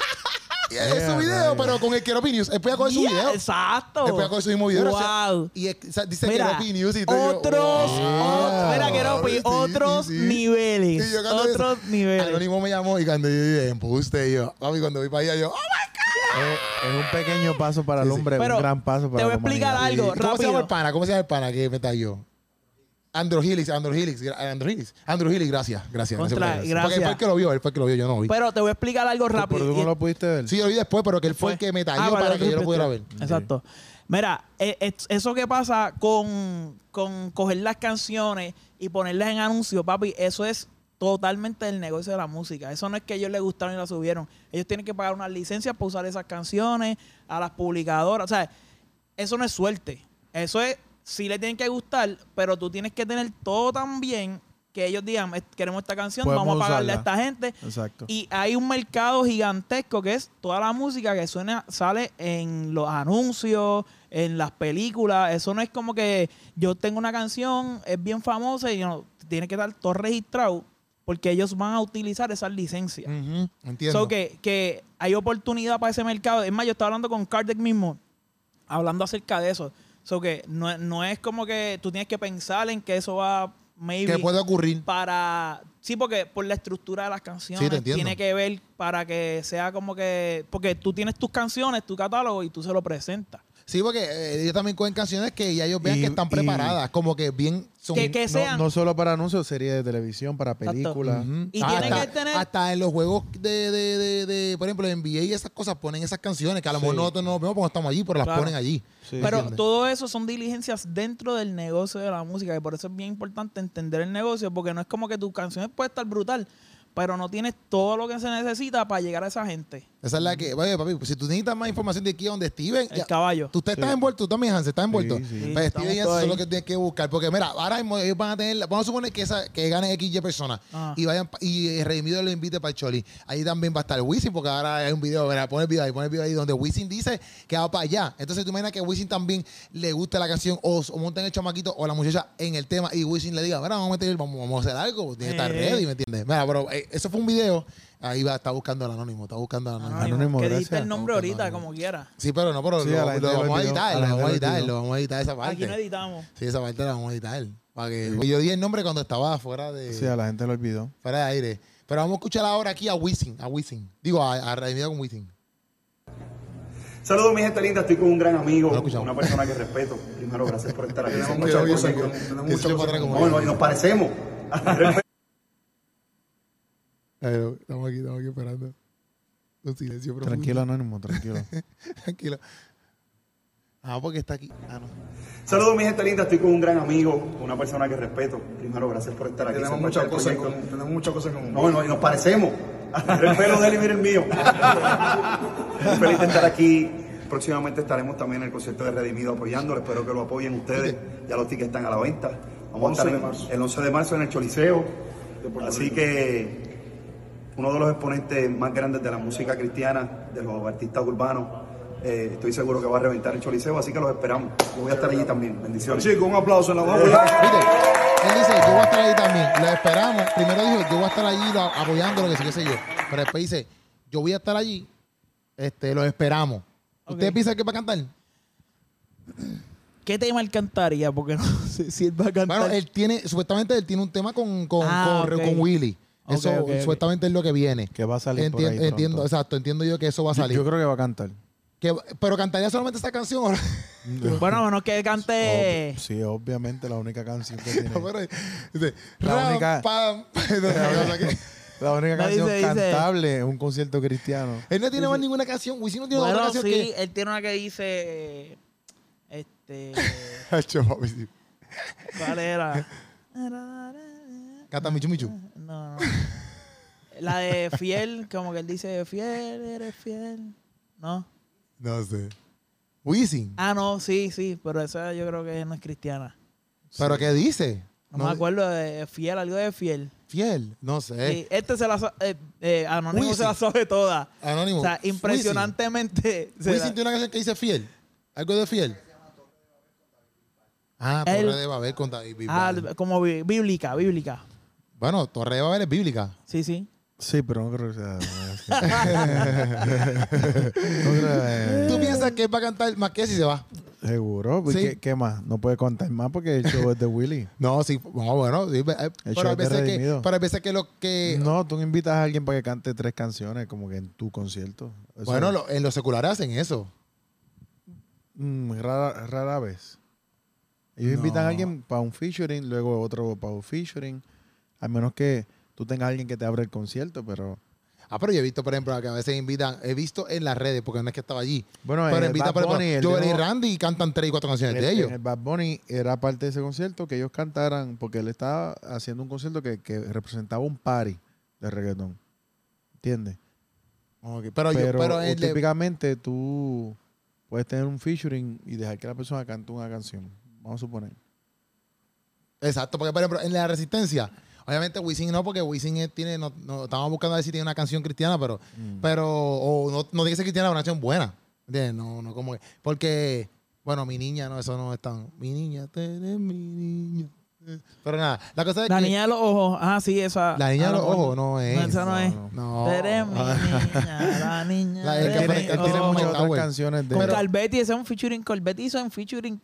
Speaker 1: y es su video, pero con el Keropi News. Después con su
Speaker 3: Yeah,
Speaker 1: video.
Speaker 3: Exacto.
Speaker 1: Después con su mismo video. o sea,
Speaker 3: Wow.
Speaker 1: y eh, o sea, dice
Speaker 3: Mira,
Speaker 1: Keropi News y todo. yo,
Speaker 3: otros,
Speaker 1: wow.
Speaker 3: ot- mira que no,
Speaker 1: Sí,
Speaker 3: pues,
Speaker 1: sí,
Speaker 3: otros
Speaker 1: sí.
Speaker 3: niveles,
Speaker 1: Y yo cuando
Speaker 3: otros
Speaker 1: dice-
Speaker 3: niveles.
Speaker 1: Anónimo me llamó y cuando yo dije, embuste, y yo, papi, cuando voy para allá, yo, ¡oh my
Speaker 2: Es, es un pequeño paso para el hombre,
Speaker 3: Pero
Speaker 2: un gran paso para
Speaker 3: te voy a
Speaker 2: la
Speaker 3: explicar
Speaker 2: humanidad.
Speaker 3: algo
Speaker 1: God! ¿Cómo se llama el
Speaker 3: rápido.
Speaker 1: pana? ¿Cómo se llama el pana que me talló? Andrew Hillis, Andrew Hillis, gra- Andrew Hillis, Andrew Hillis, gracias, gracias.
Speaker 3: Contra,
Speaker 1: por eso.
Speaker 3: gracias. Pues,
Speaker 1: Porque él fue el que lo vio, él fue el que lo vio, yo no lo vi.
Speaker 3: Pero te voy a explicar algo
Speaker 2: Pero
Speaker 3: rápido.
Speaker 2: tú no lo pudiste ver.
Speaker 1: sí, yo lo vi después, pero que él fue el que me talló
Speaker 3: Ah, vale,
Speaker 1: para
Speaker 3: otro
Speaker 1: que yo lo
Speaker 3: aspecto.
Speaker 1: pudiera ver.
Speaker 3: Exacto. Mira, eh, es- eso que pasa con, con coger las canciones y ponerlas en anuncios, papi, eso es totalmente el negocio de la música. Eso no es que a ellos les gustaron y la subieron. Ellos tienen que pagar unas licencias para usar esas canciones a las publicadoras. O sea, eso no es suerte. Eso es, sí le tienen que gustar, pero tú tienes que tener todo tan bien que ellos digan, "Eh, queremos esta canción,
Speaker 2: Podemos
Speaker 3: vamos a pagarle
Speaker 2: usarla.
Speaker 3: a esta gente.
Speaker 2: Exacto.
Speaker 3: Y hay un mercado gigantesco que es toda la música que suena, sale en los anuncios, en las películas. Eso no es como que yo tengo una canción, es bien famosa y no, tiene que estar todo registrado porque ellos van a utilizar esas licencias.
Speaker 1: Ujú, Entiendo.
Speaker 3: So que, que hay oportunidad para ese mercado. Es más, yo estaba hablando con Kardec mismo, hablando acerca de eso. So que no, no es como que tú tienes que pensar en que eso va maybe
Speaker 1: ¿Qué puede ocurrir?
Speaker 3: para sí porque por la estructura de las canciones
Speaker 1: Sí, te entiendo.
Speaker 3: tiene que ver para que sea como que porque tú tienes tus canciones tu catálogo y tú se lo presentas
Speaker 1: Sí, porque eh, ellos también cogen canciones que ya ellos vean
Speaker 2: Y-
Speaker 1: que están
Speaker 2: y-
Speaker 1: preparadas, como que bien son.
Speaker 3: que, que
Speaker 2: No-
Speaker 3: sean
Speaker 2: No, solo para anuncios, series de televisión, para
Speaker 3: Exacto.
Speaker 2: películas.
Speaker 1: Ujú. Ah,
Speaker 3: Y
Speaker 1: hasta,
Speaker 3: tienen que tener-
Speaker 1: hasta en los juegos de, de, de, de, por ejemplo, en NBA y esas cosas ponen esas canciones que a lo mejor
Speaker 2: Sí.
Speaker 1: nosotros no vemos cuando estamos allí, pero las
Speaker 3: Claro.
Speaker 1: ponen allí.
Speaker 2: Sí.
Speaker 3: pero
Speaker 1: entiendes?
Speaker 3: todo eso son diligencias dentro del negocio de la música y por eso es bien importante entender el negocio porque no es como que tus canciones puede estar brutal pero no tienes todo lo que se necesita para llegar a esa gente
Speaker 1: Esa es la que, oye, papi, pues, si tú necesitas más información de aquí donde Steven,
Speaker 3: el
Speaker 1: ya-
Speaker 3: caballo
Speaker 1: tú te estás
Speaker 2: Sí.
Speaker 1: envuelto, tú también, Hans, estás envuelto.
Speaker 2: Sí, sí.
Speaker 3: Sí,
Speaker 1: Pues
Speaker 3: estamos
Speaker 1: Steven y eso
Speaker 3: todos
Speaker 1: es
Speaker 3: ahí.
Speaker 1: lo que tienes que buscar, porque mira, ahora mismo ellos van a tener, vamos a suponer que, esa, que gane XY persona
Speaker 3: Ah.
Speaker 1: y vayan pa- y eh, Redimido lo invite para el Choli. Ahí también va a estar Wisin, porque ahora hay un video, mira, pon el video ahí, pon el video ahí, donde Wisin dice que va para allá. Entonces tú imaginas que Wisin también le gusta la canción o, o montan el chamaquito o la muchacha en el tema y Wisin le diga, mira, vamos a meter, vamos, vamos a hacer algo, tiene que estar
Speaker 3: Eh.
Speaker 1: ready, ¿me entiendes? Mira, pero eh, eso fue un video, ahí va, está buscando el anónimo, está buscando el anónimo.
Speaker 3: Anónimo,
Speaker 2: Anónimo,
Speaker 3: Ah, que dijiste
Speaker 2: gracias.
Speaker 3: el nombre
Speaker 1: Ok,
Speaker 3: ahorita
Speaker 1: anónimo.
Speaker 3: como quiera
Speaker 1: Sí, pero no, pero
Speaker 2: Sí, a
Speaker 1: lo,
Speaker 2: la
Speaker 1: lo
Speaker 2: gente le
Speaker 1: vamos a
Speaker 2: olvidó, a
Speaker 1: editar, lo
Speaker 2: la
Speaker 1: vamos a
Speaker 2: gente le
Speaker 1: editar,
Speaker 2: olvidó.
Speaker 1: lo vamos a editar esa parte.
Speaker 3: aquí no editamos
Speaker 1: Sí, esa parte la vamos a editar. Para que... Yo di el nombre cuando estaba fuera de,
Speaker 2: Sí, a la gente lo olvidó.
Speaker 1: fuera de aire. Pero vamos a escuchar ahora aquí a Wisin, a Wisin. Digo, a, a Redimido con Wisin.
Speaker 7: Saludos mi gente linda, estoy con un gran amigo,
Speaker 1: No lo escuchamos.
Speaker 7: una persona que respeto. Primero, gracias por estar aquí. Tenemos
Speaker 1: quedó
Speaker 7: muchas
Speaker 1: bien,
Speaker 7: cosas en
Speaker 1: que-
Speaker 7: común,
Speaker 1: que
Speaker 7: tenemos
Speaker 1: se
Speaker 7: muchas
Speaker 1: fue
Speaker 7: cosas
Speaker 1: para
Speaker 7: en
Speaker 1: como
Speaker 7: común.
Speaker 1: yo.
Speaker 7: No, y nos parecemos.
Speaker 1: Eh, Estamos aquí, estamos aquí esperando. Un silencio profundo.
Speaker 2: Tranquilo, Anónimo, tranquilo.
Speaker 1: Tranquilo. Ah, porque está aquí. Ah, no.
Speaker 7: Saludos mi gente linda, estoy con un gran amigo, una persona que respeto. Primero, gracias por estar aquí. Tenemos muchas cosas en común, tenemos muchas cosas en común. No, no, y nos parecemos. Mira el pelo de él y mira el mío. Feliz de estar aquí. Próximamente estaremos también en el concierto de Redimido apoyándolo. Espero que lo apoyen ustedes. Ya los tickets están a la venta. Vamos a estar en- el 11 de marzo en el Choliseo. Así que uno de los exponentes más grandes de la música cristiana, de los artistas urbanos. Eh, estoy seguro que va a reventar el Choliseo, así que los esperamos. Yo voy a estar allí también. Bendiciones. Chicos, un aplauso en la
Speaker 1: Viste, él dice, yo voy a estar ahí también. Lo esperamos. Primero dijo, yo voy a estar allí lo- apoyándolo, que sí, qué sé yo. Pero después dice, yo voy a estar allí. Este, lo esperamos.
Speaker 3: Ok.
Speaker 1: ¿Usted piensa que va a cantar?
Speaker 3: ¿Qué tema él cantaría? Porque no sé si él va a cantar.
Speaker 1: Bueno, él tiene, supuestamente él tiene un tema con, con,
Speaker 3: Ah,
Speaker 1: con,
Speaker 3: ok.
Speaker 1: con Willy.
Speaker 3: Ok,
Speaker 1: Eso
Speaker 3: ok, ok.
Speaker 1: supuestamente es lo que viene.
Speaker 2: Que va a salir por
Speaker 1: Entien-
Speaker 2: ahí pronto.
Speaker 1: Entiendo, exacto, entiendo yo que eso va a
Speaker 2: Yo,
Speaker 1: salir.
Speaker 2: yo creo que va a cantar.
Speaker 1: Que, pero cantaría solamente esta canción. ahora.
Speaker 3: Bueno, bueno, que cante.
Speaker 2: Ob- sí, obviamente la única canción que tiene.
Speaker 1: Pero, dice,
Speaker 2: La
Speaker 1: ram,
Speaker 2: única-
Speaker 1: pam. Entonces,
Speaker 2: la única
Speaker 3: No,
Speaker 2: canción
Speaker 3: dice, dice-
Speaker 2: cantable en un concierto cristiano.
Speaker 1: Él no tiene más ninguna canción. Wisin no tiene otra
Speaker 3: bueno, sí,
Speaker 1: canción que.
Speaker 3: él tiene una que dice. Este.
Speaker 2: Hacho, papi, sí.
Speaker 3: ¿Cuál era?
Speaker 1: Canta Michu Michu.
Speaker 3: No, no. La de fiel, como que él dice, fiel, eres fiel. ¿No?
Speaker 1: No sé. Wisin.
Speaker 3: Ah, no, sí, sí, pero esa yo creo que no es cristiana.
Speaker 1: ¿Pero qué dice?
Speaker 3: No, me acuerdo de fiel, algo de fiel.
Speaker 1: Fiel. No sé.
Speaker 3: Sí, este se la sa- eh, eh, Anónimo
Speaker 1: Wisin.
Speaker 3: se la sabe toda.
Speaker 1: Anónimo.
Speaker 3: O sea, impresionantemente. se
Speaker 1: Wisin,
Speaker 3: la-
Speaker 1: Wisin tiene una canción que dice fiel. Algo de fiel. Ah,
Speaker 3: Él-
Speaker 1: Torre de Babel con David
Speaker 3: Ah,
Speaker 1: Bisbal.
Speaker 3: como bí- bíblica, bíblica.
Speaker 1: Bueno, Torre de Babel es bíblica.
Speaker 3: Sí, sí.
Speaker 2: Sí, pero no creo que sea. No creo
Speaker 3: Eh.
Speaker 2: que-
Speaker 1: ¿Tú piensas que él va a cantar más que si se va?
Speaker 2: Seguro. pues,
Speaker 1: Sí.
Speaker 2: ¿Qué, qué más? No puede contar más porque el show es de Willy.
Speaker 1: No, sí, no, bueno, sí, eh,
Speaker 2: show
Speaker 1: pero hay
Speaker 2: de
Speaker 1: veces que,
Speaker 2: Redimido.
Speaker 1: pero hay veces que lo que,
Speaker 2: No, tú invitas a alguien para que cante tres canciones como que en tu concierto. Eso-
Speaker 1: bueno, lo- en los seculares hacen eso.
Speaker 2: Mm, rara, rara vez. Ellos invitan a alguien para un featuring, luego otro para un featuring. A menos que tú tengas alguien que te abra el concierto, pero.
Speaker 1: Ah, pero yo he visto, por ejemplo, que a veces invitan, he visto en las redes, porque no es que estaba allí.
Speaker 2: Bueno, en
Speaker 1: pero
Speaker 2: el
Speaker 1: invita,
Speaker 2: Bad
Speaker 1: por
Speaker 2: Bunny, el
Speaker 1: ejemplo, Joel y
Speaker 2: nuevo-
Speaker 1: Randy y cantan tres y cuatro canciones
Speaker 2: el,
Speaker 1: de ellos.
Speaker 2: en el Bad Bunny era parte de ese concierto que ellos cantaran, porque él estaba haciendo un concierto que, que representaba un party de reggaetón. ¿Entiendes?
Speaker 1: Ok, pero,
Speaker 2: Pero,
Speaker 1: yo, pero eh, el de-
Speaker 2: típicamente tú puedes tener un featuring y dejar que la persona cante una canción. Vamos a suponer.
Speaker 1: exacto, porque por ejemplo, en la resistencia, obviamente Wisin no, porque Wisin es- tiene, no, no, estamos buscando a ver si tiene una canción cristiana, pero,
Speaker 3: Mm.
Speaker 2: Mm.
Speaker 1: pero, o no, no tiene que ser cristiana, pero una canción buena. ¿Entiendes? No, no, como que, porque, bueno, mi niña, no, eso no es tan, mi niña, tú eres mi niña. Pero nada, la cosa es
Speaker 3: La
Speaker 1: que
Speaker 3: niña de los ojos. Ah, sí, esa.
Speaker 1: la niña de
Speaker 3: ah,
Speaker 1: los ojos no es.
Speaker 3: No, esa no, es.
Speaker 1: No. Ah,
Speaker 3: Eres mi niña, la niña.
Speaker 1: La- pues,
Speaker 3: de
Speaker 1: él tiene-
Speaker 3: mis
Speaker 1: él tiene mucho-
Speaker 3: ojos.
Speaker 2: muchas otras
Speaker 1: Tower.
Speaker 2: canciones de.
Speaker 3: Con Calvetti, ese es un featuring. Calvetti hizo un featuring.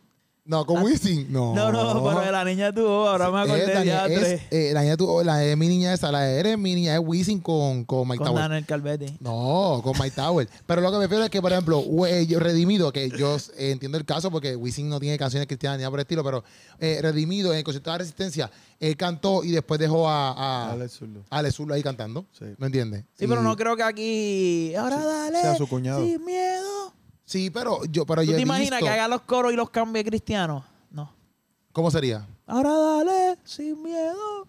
Speaker 1: No, con
Speaker 3: Ah.
Speaker 1: Wisin, no.
Speaker 3: No, no, pero de la niña de tu ojo. Ahora me
Speaker 1: Es,
Speaker 3: acordé ya
Speaker 1: Daniel, es,
Speaker 3: tres.
Speaker 1: eh, la niña tu- oh, la de mi niña esa, la de eres mi niña es Wisin con, con Mike
Speaker 3: Con
Speaker 1: Tower.
Speaker 3: Daniel Calvetti.
Speaker 1: No, con Mike Tower. Pero lo que me refiero es que, por ejemplo, we- yo- Redimido, que yo eh, entiendo el caso porque Wisin no tiene canciones cristianas ni nada por el estilo, pero eh, Redimido en el concierto de la Resistencia, él cantó y después dejó a, a
Speaker 2: Alex Zurdo.
Speaker 1: Alex Zurdo ahí cantando.
Speaker 2: Sí.
Speaker 1: ¿Me entiendes?
Speaker 3: Sí,
Speaker 1: Y-
Speaker 3: pero no creo que aquí. Ahora dale.
Speaker 2: sea su cuñado.
Speaker 3: Sin miedo.
Speaker 1: Sí, pero yo, pero
Speaker 3: ¿Tú
Speaker 1: yo
Speaker 3: te
Speaker 1: he
Speaker 3: imaginas
Speaker 1: visto-
Speaker 3: que haga los coros y los cambie cristiano? No.
Speaker 1: ¿Cómo sería?
Speaker 3: Ahora dale, sin miedo.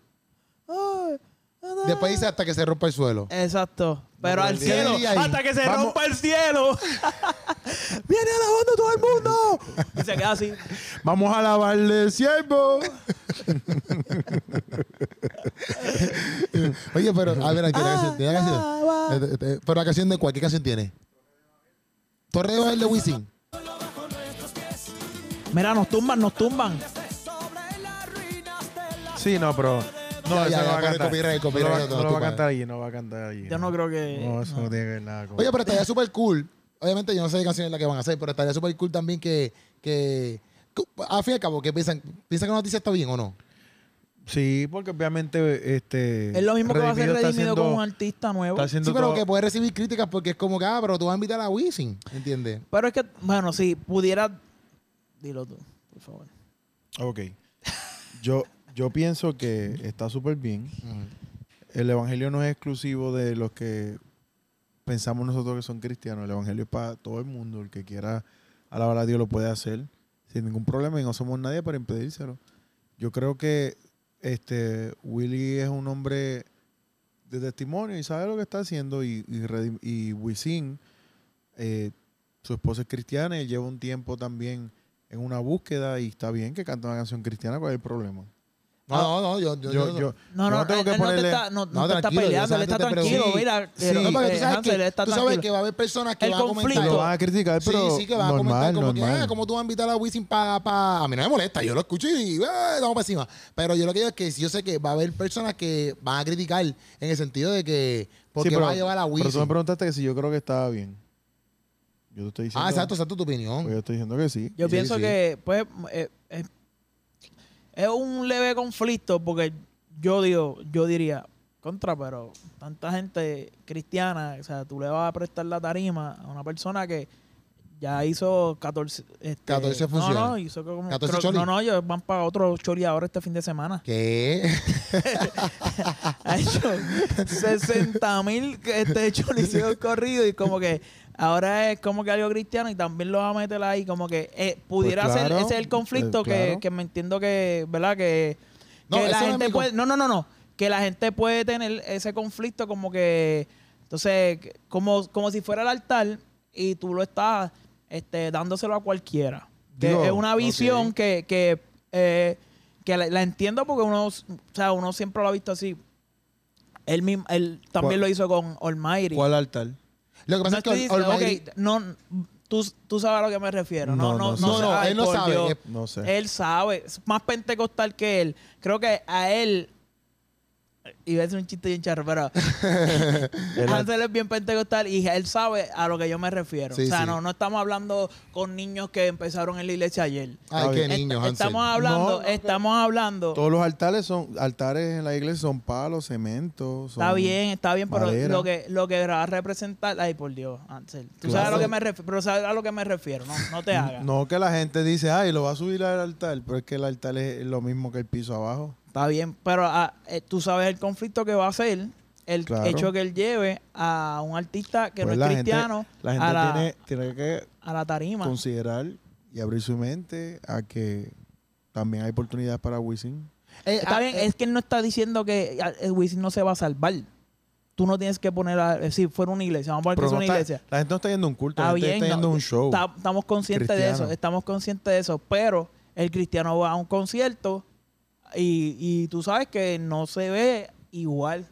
Speaker 3: Ay, ahora
Speaker 1: Después dice hasta que se rompa el suelo.
Speaker 3: Exacto. Pero al
Speaker 1: el
Speaker 3: cielo.
Speaker 1: día ahí.
Speaker 3: Hasta que se
Speaker 1: Vamos.
Speaker 3: rompa el cielo. Viene alabando todo el mundo. Y se queda así.
Speaker 2: Vamos a lavarle siervo.
Speaker 1: Oye, pero, a ver, aquí la canción, tiene la canción.
Speaker 3: Alaba.
Speaker 1: Eh, eh, eh, Pero la canción de cuál, ¿qué canción tiene? Torre de Babel de Wisin.
Speaker 3: Mira, nos tumban, nos tumban.
Speaker 2: Sí, no, pero. No,
Speaker 1: Ya,
Speaker 2: eso
Speaker 1: ya, ya,
Speaker 2: no va a
Speaker 1: ponle
Speaker 2: cantar.
Speaker 1: copyright,
Speaker 2: No lo va-
Speaker 1: copyright,
Speaker 2: no
Speaker 1: no,
Speaker 2: lo
Speaker 1: tú
Speaker 2: va a
Speaker 1: para.
Speaker 2: cantar allí, no va a cantar allí.
Speaker 3: Yo no creo que.
Speaker 2: No, eso no, tiene que ver nada con.
Speaker 1: Oye, pero estaría súper cool. Obviamente, yo no sé qué canción es la que van a hacer, pero estaría súper cool también que. que que- al fin y al cabo, ¿qué piensan? ¿Piensan que la noticia está bien o no?
Speaker 2: Sí, porque obviamente este
Speaker 3: Es lo mismo que va a ser
Speaker 2: está
Speaker 3: redimido
Speaker 2: haciendo-
Speaker 3: con un artista nuevo.
Speaker 2: está haciendo
Speaker 1: Sí, pero
Speaker 2: todo-
Speaker 1: que puede recibir críticas porque es como que, ah, pero tú vas a invitar a Wisin, ¿entiendes?
Speaker 3: Pero es que, bueno, si pudiera. Dilo tú, por favor.
Speaker 2: Ok. Yo yo pienso que está súper bien. El evangelio no es exclusivo de los que pensamos nosotros que son cristianos, el evangelio es para todo el mundo, el que quiera alabar a Dios lo puede hacer sin ningún problema y no somos nadie para impedírselo. Yo creo que este Willy es un hombre de testimonio y sabe lo que está haciendo y, y, redim- y Wisin, eh, su esposa es cristiana y él lleva un tiempo también en una búsqueda y está bien que canta una canción cristiana, ¿cuál es el problema?
Speaker 1: No,
Speaker 3: Ah,
Speaker 1: no, no, yo. yo,
Speaker 2: Yo,
Speaker 1: yo-
Speaker 2: yo-
Speaker 3: No,
Speaker 2: yo
Speaker 3: no,
Speaker 2: tengo
Speaker 3: él,
Speaker 2: que
Speaker 3: él no te
Speaker 2: ponerle...
Speaker 3: está, no, no
Speaker 1: No,
Speaker 3: te está
Speaker 1: tranquilo,
Speaker 3: peleando,
Speaker 1: yo
Speaker 3: él está
Speaker 1: solamente te
Speaker 3: tranquilo.
Speaker 1: pregunto.
Speaker 3: Mira,
Speaker 2: Sí,
Speaker 3: eh,
Speaker 1: No, porque
Speaker 3: eh,
Speaker 1: tú sabes,
Speaker 3: Hansel, él
Speaker 1: que,
Speaker 3: está
Speaker 1: tú sabes
Speaker 3: tranquilo.
Speaker 1: que va a haber personas que
Speaker 3: El
Speaker 1: van a
Speaker 3: conflicto.
Speaker 1: comentar.
Speaker 2: Lo van a criticar, pero
Speaker 1: sí, sí, que van a
Speaker 2: normal,
Speaker 1: comentar como que,
Speaker 2: normal.
Speaker 1: ah, como tú vas a invitar a Wisin para... Pa? A mí no me molesta, yo lo escucho y ah, vamos para encima. Pero yo lo que digo es que yo sé que va a haber personas que van a criticar en el sentido de que porque
Speaker 2: Sí, pero-
Speaker 1: va a llevar a
Speaker 2: Pero tú me
Speaker 1: Wisin.
Speaker 2: preguntaste que si yo creo que estaba bien. Yo te estoy diciendo...
Speaker 1: Ah, exacto, exacto tu
Speaker 2: pues
Speaker 1: opinión.
Speaker 2: yo estoy diciendo que sí.
Speaker 3: Yo
Speaker 2: Sí,
Speaker 3: pienso
Speaker 2: sí.
Speaker 3: que, pues, eh, eh, es un leve conflicto porque yo digo, yo diría, contra, pero tanta gente cristiana, o sea, tú le vas a prestar la tarima a una persona que ya hizo 14. este,
Speaker 1: 14
Speaker 3: No,
Speaker 1: funciones.
Speaker 3: no, hizo como.
Speaker 1: 14
Speaker 3: creo-
Speaker 1: choli.
Speaker 3: No, no, ellos van para otro chori ahora este fin de semana.
Speaker 1: ¿Qué?
Speaker 3: Ha hecho 60 mil este, choricidos corridos y como que ahora es como que algo cristiano y también lo va a meter ahí. Como que eh, pudiera
Speaker 2: Pues claro,
Speaker 3: ser ese es el conflicto
Speaker 2: eh, claro.
Speaker 3: que, que me entiendo que, ¿verdad? Que,
Speaker 1: No,
Speaker 3: que
Speaker 1: eso
Speaker 3: la
Speaker 1: no es
Speaker 3: gente
Speaker 1: mi
Speaker 3: puede. No, no, no, no. Que la gente puede tener ese conflicto como que. Entonces, que- como, como si fuera el altar y tú lo estás este, dándoselo a cualquiera. Que
Speaker 2: Digo,
Speaker 3: es una visión que, que, eh, que la, la entiendo porque uno, o sea, uno siempre lo ha visto así. Él, mismo, él también
Speaker 2: ¿Cuál-
Speaker 3: lo hizo con Almighty.
Speaker 2: ¿Cuál altar?
Speaker 1: Lo que
Speaker 3: No
Speaker 1: pasa
Speaker 3: estoy
Speaker 1: es que
Speaker 3: diciendo-
Speaker 1: Almighty-
Speaker 3: ok, no, tú, tú sabes a lo que me refiero. No, no, no,
Speaker 2: sé.
Speaker 1: No, no,
Speaker 3: ay,
Speaker 1: él no
Speaker 3: por
Speaker 1: sabe.
Speaker 3: Dios.
Speaker 1: Es-
Speaker 2: No sé.
Speaker 3: Él sabe, es más pentecostal que él. Creo que a él. Iba a decir un chiste bien charro, pero. Hansel es bien pentecostal y él sabe a lo que yo me refiero.
Speaker 1: Sí,
Speaker 3: o sea,
Speaker 1: sí.
Speaker 3: no, no estamos hablando con niños que empezaron en la iglesia ayer.
Speaker 1: Ay, qué
Speaker 2: Está
Speaker 1: niño,
Speaker 3: Est-
Speaker 1: Hansel.
Speaker 3: estamos hablando,
Speaker 2: No, no,
Speaker 3: estamos hablando.
Speaker 2: Todos los altares son altares en la iglesia son palos, cemento. son-
Speaker 3: Está bien, está bien, pero
Speaker 2: madera.
Speaker 3: lo que lo que va a representar, ay por Dios, Ansel. Tú sabes a lo que me refiero, pero sabes a lo que me refiero, no, no te hagas.
Speaker 2: No que la gente dice, ay, lo va a subir al altar, pero es que el altar es lo mismo que el piso abajo.
Speaker 3: Está bien, pero ah, eh, tú sabes el conflicto que va a ser el
Speaker 2: Claro.
Speaker 3: hecho que él lleve a un artista que
Speaker 2: Pues
Speaker 3: no
Speaker 2: la
Speaker 3: es
Speaker 2: gente-
Speaker 3: cristiano
Speaker 2: la gente
Speaker 3: a, la,
Speaker 2: tiene, tiene que
Speaker 3: a la tarima.
Speaker 2: considerar y abrir su mente a que también hay oportunidades para Wisin.
Speaker 1: Eh,
Speaker 3: Está
Speaker 1: ah,
Speaker 3: bien,
Speaker 1: eh,
Speaker 3: es que él no está diciendo que ah, eh, Wisin no se va a salvar. Tú no tienes que poner a, eh, si fuera una iglesia, vamos a poner que
Speaker 2: Pero
Speaker 3: es
Speaker 2: no
Speaker 3: una
Speaker 2: está-
Speaker 3: iglesia.
Speaker 2: la gente no está yendo a un culto,
Speaker 3: Está
Speaker 2: la gente
Speaker 3: Ah, bien,
Speaker 2: está yendo a
Speaker 3: no,
Speaker 2: un show.
Speaker 3: está- estamos conscientes de
Speaker 2: Cristiano.
Speaker 3: eso, estamos conscientes de eso, pero el cristiano va a un concierto y, y tú sabes que no se ve igual.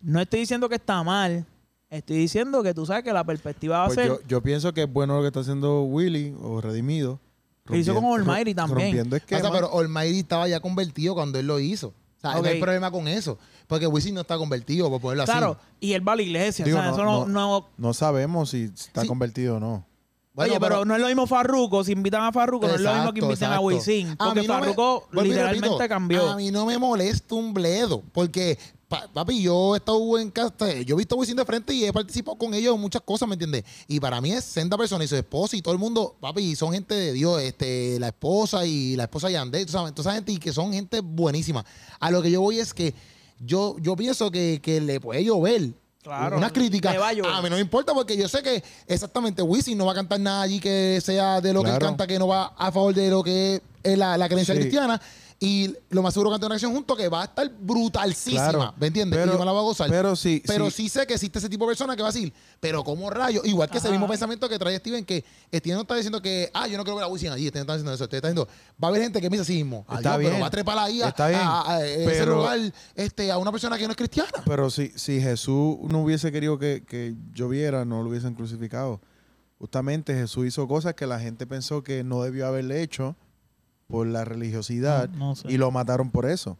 Speaker 3: No estoy diciendo que está mal, estoy diciendo que tú sabes que la perspectiva va
Speaker 2: Pues
Speaker 3: a ser...
Speaker 2: yo, yo pienso que es bueno lo que está haciendo Willy o Redimido.
Speaker 3: Lo hizo
Speaker 2: rompiendo-
Speaker 3: con Almighty
Speaker 2: ro-
Speaker 3: también.
Speaker 2: Rompiendo esquemas.
Speaker 1: pasa, pero Almighty estaba ya convertido cuando él lo hizo. O sea, no hay
Speaker 3: Ok.
Speaker 1: problema con eso. Porque Wisin no está convertido, por ponerlo
Speaker 3: claro,
Speaker 1: así.
Speaker 3: y él va a la iglesia,
Speaker 2: Digo,
Speaker 3: o sea,
Speaker 2: no-
Speaker 3: eso no... no-
Speaker 2: no sabemos si está
Speaker 1: Sí.
Speaker 2: convertido o no.
Speaker 1: Bueno,
Speaker 3: Oye, pero, no es lo mismo Farruko, si invitan a Farruko, no es lo mismo que
Speaker 1: Exacto,
Speaker 3: invitan a
Speaker 1: exacto.
Speaker 3: Wisin,
Speaker 1: A
Speaker 3: porque
Speaker 1: mí no me-
Speaker 3: Farruko
Speaker 1: vuelvo
Speaker 2: Pues
Speaker 1: y
Speaker 3: literalmente
Speaker 1: repito,
Speaker 3: cambió.
Speaker 1: A mí no me molesta un bledo, porque pa- papi, yo he estado en casa, yo he visto a Wisin de frente y he participado con ellos en muchas cosas, ¿me entiendes? Y para mí es senda persona y su esposa y todo el mundo, papi, son gente de Dios, este, la esposa y la esposa Yandel, tú sabes, toda esa gente y que son gente buenísima. A lo que yo voy es que yo, yo pienso que, que le puede llover.
Speaker 3: Claro,
Speaker 1: una crítica.
Speaker 3: le va a llover.
Speaker 1: mí no me importa porque yo sé que exactamente Wisin no va a cantar nada allí que sea de lo que
Speaker 2: Claro.
Speaker 1: él canta que no va a favor de lo que es la, la creencia
Speaker 2: Sí.
Speaker 1: cristiana. Y lo más seguro que ante una acción junto que va a estar brutalísima.
Speaker 2: Claro.
Speaker 1: ¿Me entiendes?
Speaker 2: Pero-
Speaker 1: y yo me la voy a gozar.
Speaker 2: pero sí-
Speaker 1: Pero
Speaker 2: sí.
Speaker 1: sí sé que existe ese tipo de persona que va a decir, pero como rayo. Igual que ese
Speaker 3: Ajá.
Speaker 1: mismo pensamiento que trae Steven, que Steven no está diciendo que, ah, yo no quiero ver a Wisin allí. Steven está diciendo eso. Steven está diciendo, va a haber gente que me dice así mismo. "Adiós,
Speaker 2: Está
Speaker 1: Pero
Speaker 2: bien.
Speaker 1: va a trepar ahí a,
Speaker 2: Está bien.
Speaker 1: a- a ese
Speaker 2: Pero-
Speaker 1: lugar este, a una persona que no es cristiana.
Speaker 2: Pero si, si Jesús no hubiese querido que, que lloviera, no lo hubiesen crucificado. Justamente Jesús hizo cosas que la gente pensó que no debió haberle hecho por la religiosidad
Speaker 3: No, no sé.
Speaker 2: y lo mataron por eso.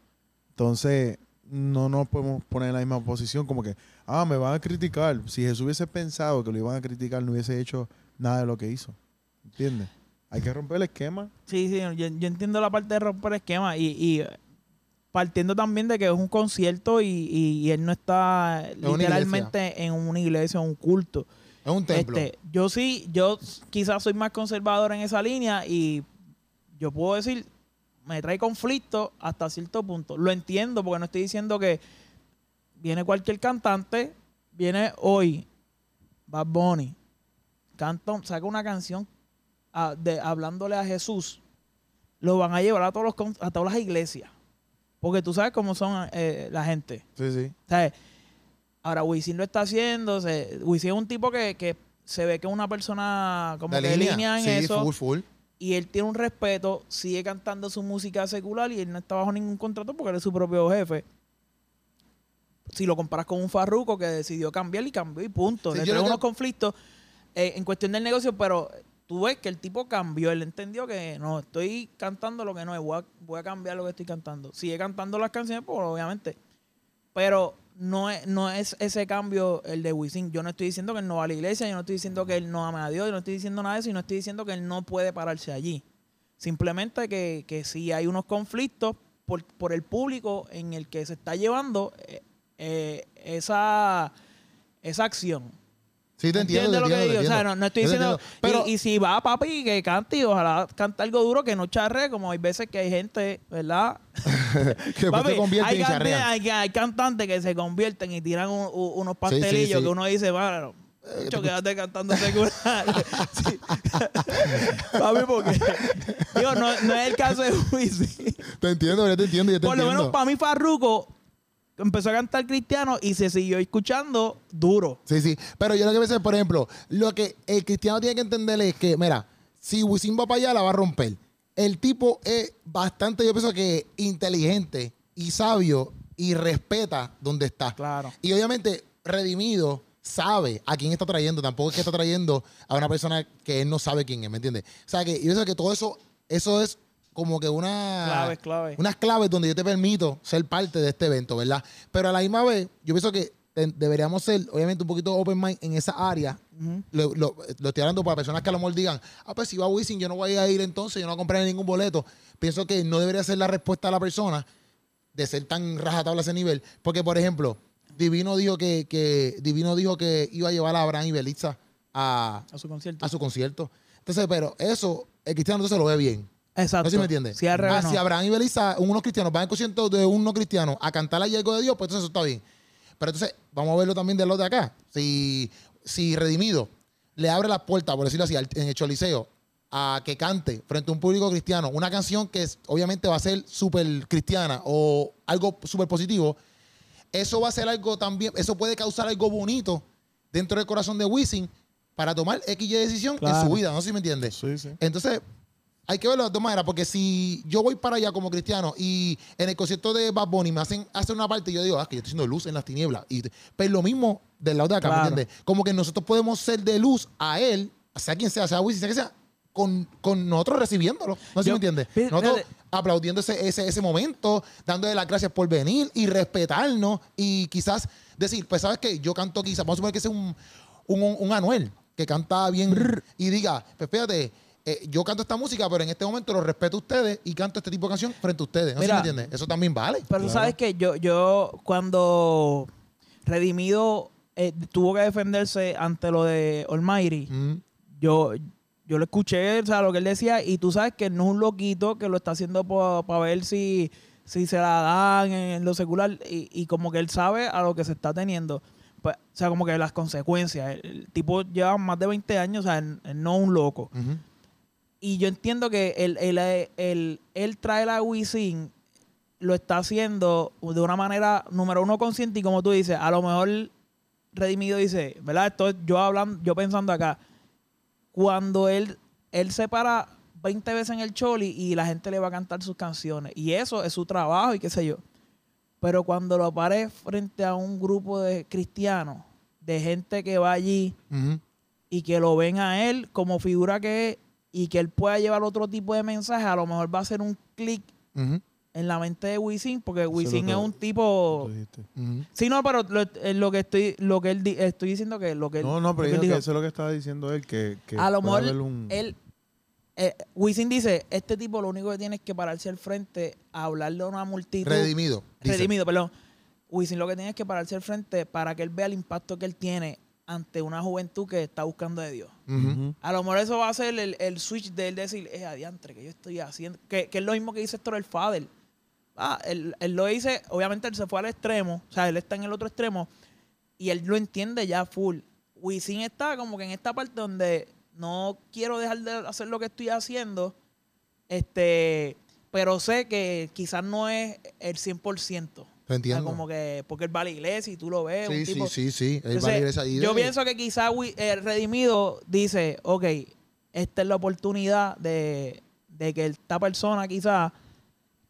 Speaker 2: Entonces, no nos podemos poner en la misma posición como que, ah, me van a criticar. Si Jesús hubiese pensado que lo iban a criticar, no hubiese hecho nada de lo que hizo. ¿Entiendes? Hay que romper el esquema.
Speaker 3: Sí, sí, yo, yo entiendo la parte de romper esquema y, y partiendo también de que es un concierto y, y- y él no está
Speaker 1: una
Speaker 3: literalmente en una iglesia, en un culto.
Speaker 1: Es un templo.
Speaker 3: Este, yo sí, yo quizás soy más conservador en esa línea y yo puedo decir, me trae conflicto hasta cierto punto. Lo entiendo porque no estoy diciendo que viene cualquier cantante, viene hoy Bad Bunny, canta, un- saca una canción a- de, hablándole a Jesús, lo van a llevar a, todos los, con- a todas las iglesias. Porque tú sabes cómo son eh, la gente.
Speaker 2: Sí, sí.
Speaker 3: ¿Sabes? Ahora Wisin lo está haciendo. se- Wisin es un tipo que, que se ve que es una persona como
Speaker 1: La
Speaker 3: que
Speaker 1: línea.
Speaker 3: línea en
Speaker 1: sí,
Speaker 3: eso.
Speaker 1: full, full.
Speaker 3: Y él tiene un respeto, sigue cantando su música secular y él no está bajo ningún contrato porque él es su propio jefe. Si lo comparas con un Farruco que decidió cambiar y cambió y punto.
Speaker 1: Sí,
Speaker 3: Le
Speaker 1: yo
Speaker 3: trae
Speaker 1: lo que-
Speaker 3: unos conflictos eh, en cuestión del negocio, pero tú ves que el tipo cambió. Él entendió que no, estoy cantando lo que no es, voy a, voy a cambiar lo que estoy cantando. Sigue cantando las canciones, pues obviamente. Pero no es, no es ese cambio el de Wisin. Yo no estoy diciendo que él no va a la iglesia, yo no estoy diciendo que él no ama a Dios, yo no estoy diciendo nada de eso y no estoy diciendo que él no puede pararse allí. Simplemente que, que sí hay unos conflictos por, por el público en el que se está llevando eh, eh, esa, esa acción.
Speaker 1: Sí, te entiendo.
Speaker 3: ¿Entiendes
Speaker 1: te
Speaker 3: lo que
Speaker 1: entiendo,
Speaker 3: digo?
Speaker 1: te
Speaker 3: O sea,
Speaker 1: entiendo.
Speaker 3: no, no estoy
Speaker 1: Yo te
Speaker 3: diciendo.
Speaker 1: entiendo.
Speaker 3: y-
Speaker 1: Pero,
Speaker 3: y, si va papi, que cante y ojalá cante algo duro, que no charre, como hay veces que hay gente, ¿verdad?
Speaker 1: que después
Speaker 3: Papi,
Speaker 1: te convierte
Speaker 3: hay,
Speaker 1: y
Speaker 3: cante-
Speaker 1: charrean.
Speaker 3: hay- hay cantantes que se convierten y tiran un- u- unos
Speaker 1: Sí, sí,
Speaker 3: pastelillos
Speaker 1: sí. Eh,
Speaker 3: que uno dice, bueno, mucho quédate cantando secular. Sí. Papi, porque. Digo, no, no es el caso de Wisin.
Speaker 1: Te entiendo, yo te entiendo. Yo te
Speaker 3: Por lo
Speaker 1: entiendo.
Speaker 3: menos para mí, Farruko empezó a cantar cristiano y se siguió escuchando duro.
Speaker 1: Sí, sí. Pero yo lo que pensé, por ejemplo, lo que el cristiano tiene que entender es que, mira, si Wisin va para allá, la va a romper. El tipo es bastante, yo pienso que inteligente y sabio y respeta donde está.
Speaker 3: Claro.
Speaker 1: Y obviamente, redimido sabe a quién está trayendo. Tampoco es que está trayendo a una persona que él no sabe quién es, ¿me entiendes? O sea, que yo pienso que todo eso, eso es como que una...
Speaker 3: Claves, claves.
Speaker 1: Unas claves donde yo te permito ser parte de este evento, ¿verdad? Pero a la misma vez, yo pienso que te- deberíamos ser, obviamente, un poquito open mind en esa área. lo, lo- lo estoy hablando para personas que a lo mejor digan, ah, pues si va a Wisin, yo no voy a ir entonces, yo no compré ningún boleto. Pienso que no debería ser la respuesta a la persona de ser tan rajatabla a ese nivel. Porque, por ejemplo, Divino dijo que, que- Divino dijo que iba a llevar a Abraham y Belitza a,
Speaker 3: A su concierto.
Speaker 1: a su concierto. Entonces, pero eso, el cristiano entonces lo ve bien.
Speaker 3: Exacto.
Speaker 1: ¿No se me entiende?
Speaker 3: Si al revés,
Speaker 1: Ah,
Speaker 3: no.
Speaker 1: si Abraham y Belisa, unos cristianos, van al concierto de un no cristiano a cantar la Llegó de Dios, pues entonces eso está bien. Pero entonces, vamos a verlo también de los de acá. Si, si Redimido le abre las puertas, por decirlo así, al- en el Choliseo, a que cante frente a un público cristiano una canción que es- obviamente va a ser súper cristiana o algo súper positivo, eso va a ser algo también, eso puede causar algo bonito dentro del corazón de Wisin para tomar X y decisión en
Speaker 3: Claro.
Speaker 1: su vida, no sé si me entiendes.
Speaker 2: Sí, sí.
Speaker 1: Entonces, hay que verlo de dos maneras, porque si yo voy para allá como cristiano y en el concierto de Bad Bunny me hacen hacer una parte y yo digo, ah, que yo estoy siendo luz en las tinieblas. Y, pero lo mismo del lado de acá, ¿me
Speaker 3: Claro.
Speaker 1: entiendes? Como que nosotros podemos ser de luz a él, sea quien sea, sea Wisin, sea que sea, con, con nosotros recibiéndolo. No sé si
Speaker 3: Yo-
Speaker 1: me entiendes.
Speaker 3: Pero,
Speaker 1: Nosotros
Speaker 3: espérate.
Speaker 1: aplaudiendo ese, ese, ese momento, dándole las gracias por venir y respetarnos y quizás decir, pues sabes que yo canto quizás, vamos a suponer que sea un, un, un Anuel que canta bien y diga, pues fíjate, eh, yo canto esta música, pero en este momento lo respeto a ustedes y canto este tipo de canción frente a ustedes. ¿No sé si
Speaker 3: Mira.
Speaker 1: me entiendes? Eso también vale.
Speaker 3: Pero tú sabes que yo, yo cuando Redimido eh, tuvo que defenderse ante lo de Almighty,
Speaker 1: Mm.
Speaker 3: yo, yo lo escuché, o sea, lo que él decía, y tú sabes que no es un loquito que lo está haciendo para ver si, si se la dan en lo secular, y, y como que él sabe a lo que se está teniendo. Pues, o sea, como que las consecuencias. El, el tipo lleva más de 20 años, o sea, él- él no es un loco.
Speaker 1: Ujú.
Speaker 3: Y yo entiendo que el, el, el, el traer a Wisin lo está haciendo de una manera, número uno, consciente. Y como tú dices, a lo mejor Redimido dice, ¿verdad? Esto es yo, hablando, yo pensando acá. Cuando él, él se para 20 veces en el choli y la gente le va a cantar sus canciones. Y eso es su trabajo y qué sé yo. Pero cuando lo pare frente a un grupo de cristianos, de gente que va allí
Speaker 1: Ujú.
Speaker 3: y que lo ven a él como figura que es y que él pueda llevar otro tipo de mensaje, a lo mejor va a ser un clic
Speaker 1: Ujú.
Speaker 3: en la mente de Wisin, porque Wisin
Speaker 2: que-
Speaker 3: es un tipo...
Speaker 2: Tú dijiste.
Speaker 1: Ujú.
Speaker 3: Sí, no, pero lo, eh, lo que estoy lo que él di- estoy diciendo que lo que él-
Speaker 2: No, no,
Speaker 3: lo que
Speaker 2: pero yo
Speaker 3: él
Speaker 2: creo
Speaker 3: dijo.
Speaker 2: que eso es lo que estaba diciendo él, que, que
Speaker 3: a lo
Speaker 2: puede
Speaker 3: mejor
Speaker 2: haber un-
Speaker 3: él eh, Wisin dice, este tipo lo único que tiene es que pararse al frente a hablarle a una multitud.
Speaker 1: Redimido. dice.
Speaker 3: Redimido, perdón. Wisin lo que tiene es que pararse al frente para que él vea el impacto que él tiene ante una juventud que está buscando de Dios.
Speaker 1: Ujú.
Speaker 2: Ujú.
Speaker 3: A lo mejor eso va a ser el, el switch de él decir, es adiantre, que yo estoy haciendo. Que, que es lo mismo que dice Héctor el Fader. Ah, él, él lo dice, obviamente él se fue al extremo, o sea, él está en el otro extremo y él lo entiende ya full. Wisin está como que en esta parte donde no quiero dejar de hacer lo que estoy haciendo, este, pero sé que quizás no es el 100%.
Speaker 1: Te
Speaker 3: O sea,
Speaker 1: entiendo.
Speaker 3: como que, porque él va a la iglesia y tú lo ves.
Speaker 1: sí,
Speaker 3: un
Speaker 1: sí,
Speaker 3: tipo,
Speaker 1: sí, sí. Él va a
Speaker 3: entonces,
Speaker 1: regresar ahí
Speaker 3: yo
Speaker 1: de-
Speaker 3: pienso que quizás el Redimido dice, ok, esta es la oportunidad de, de que esta persona quizás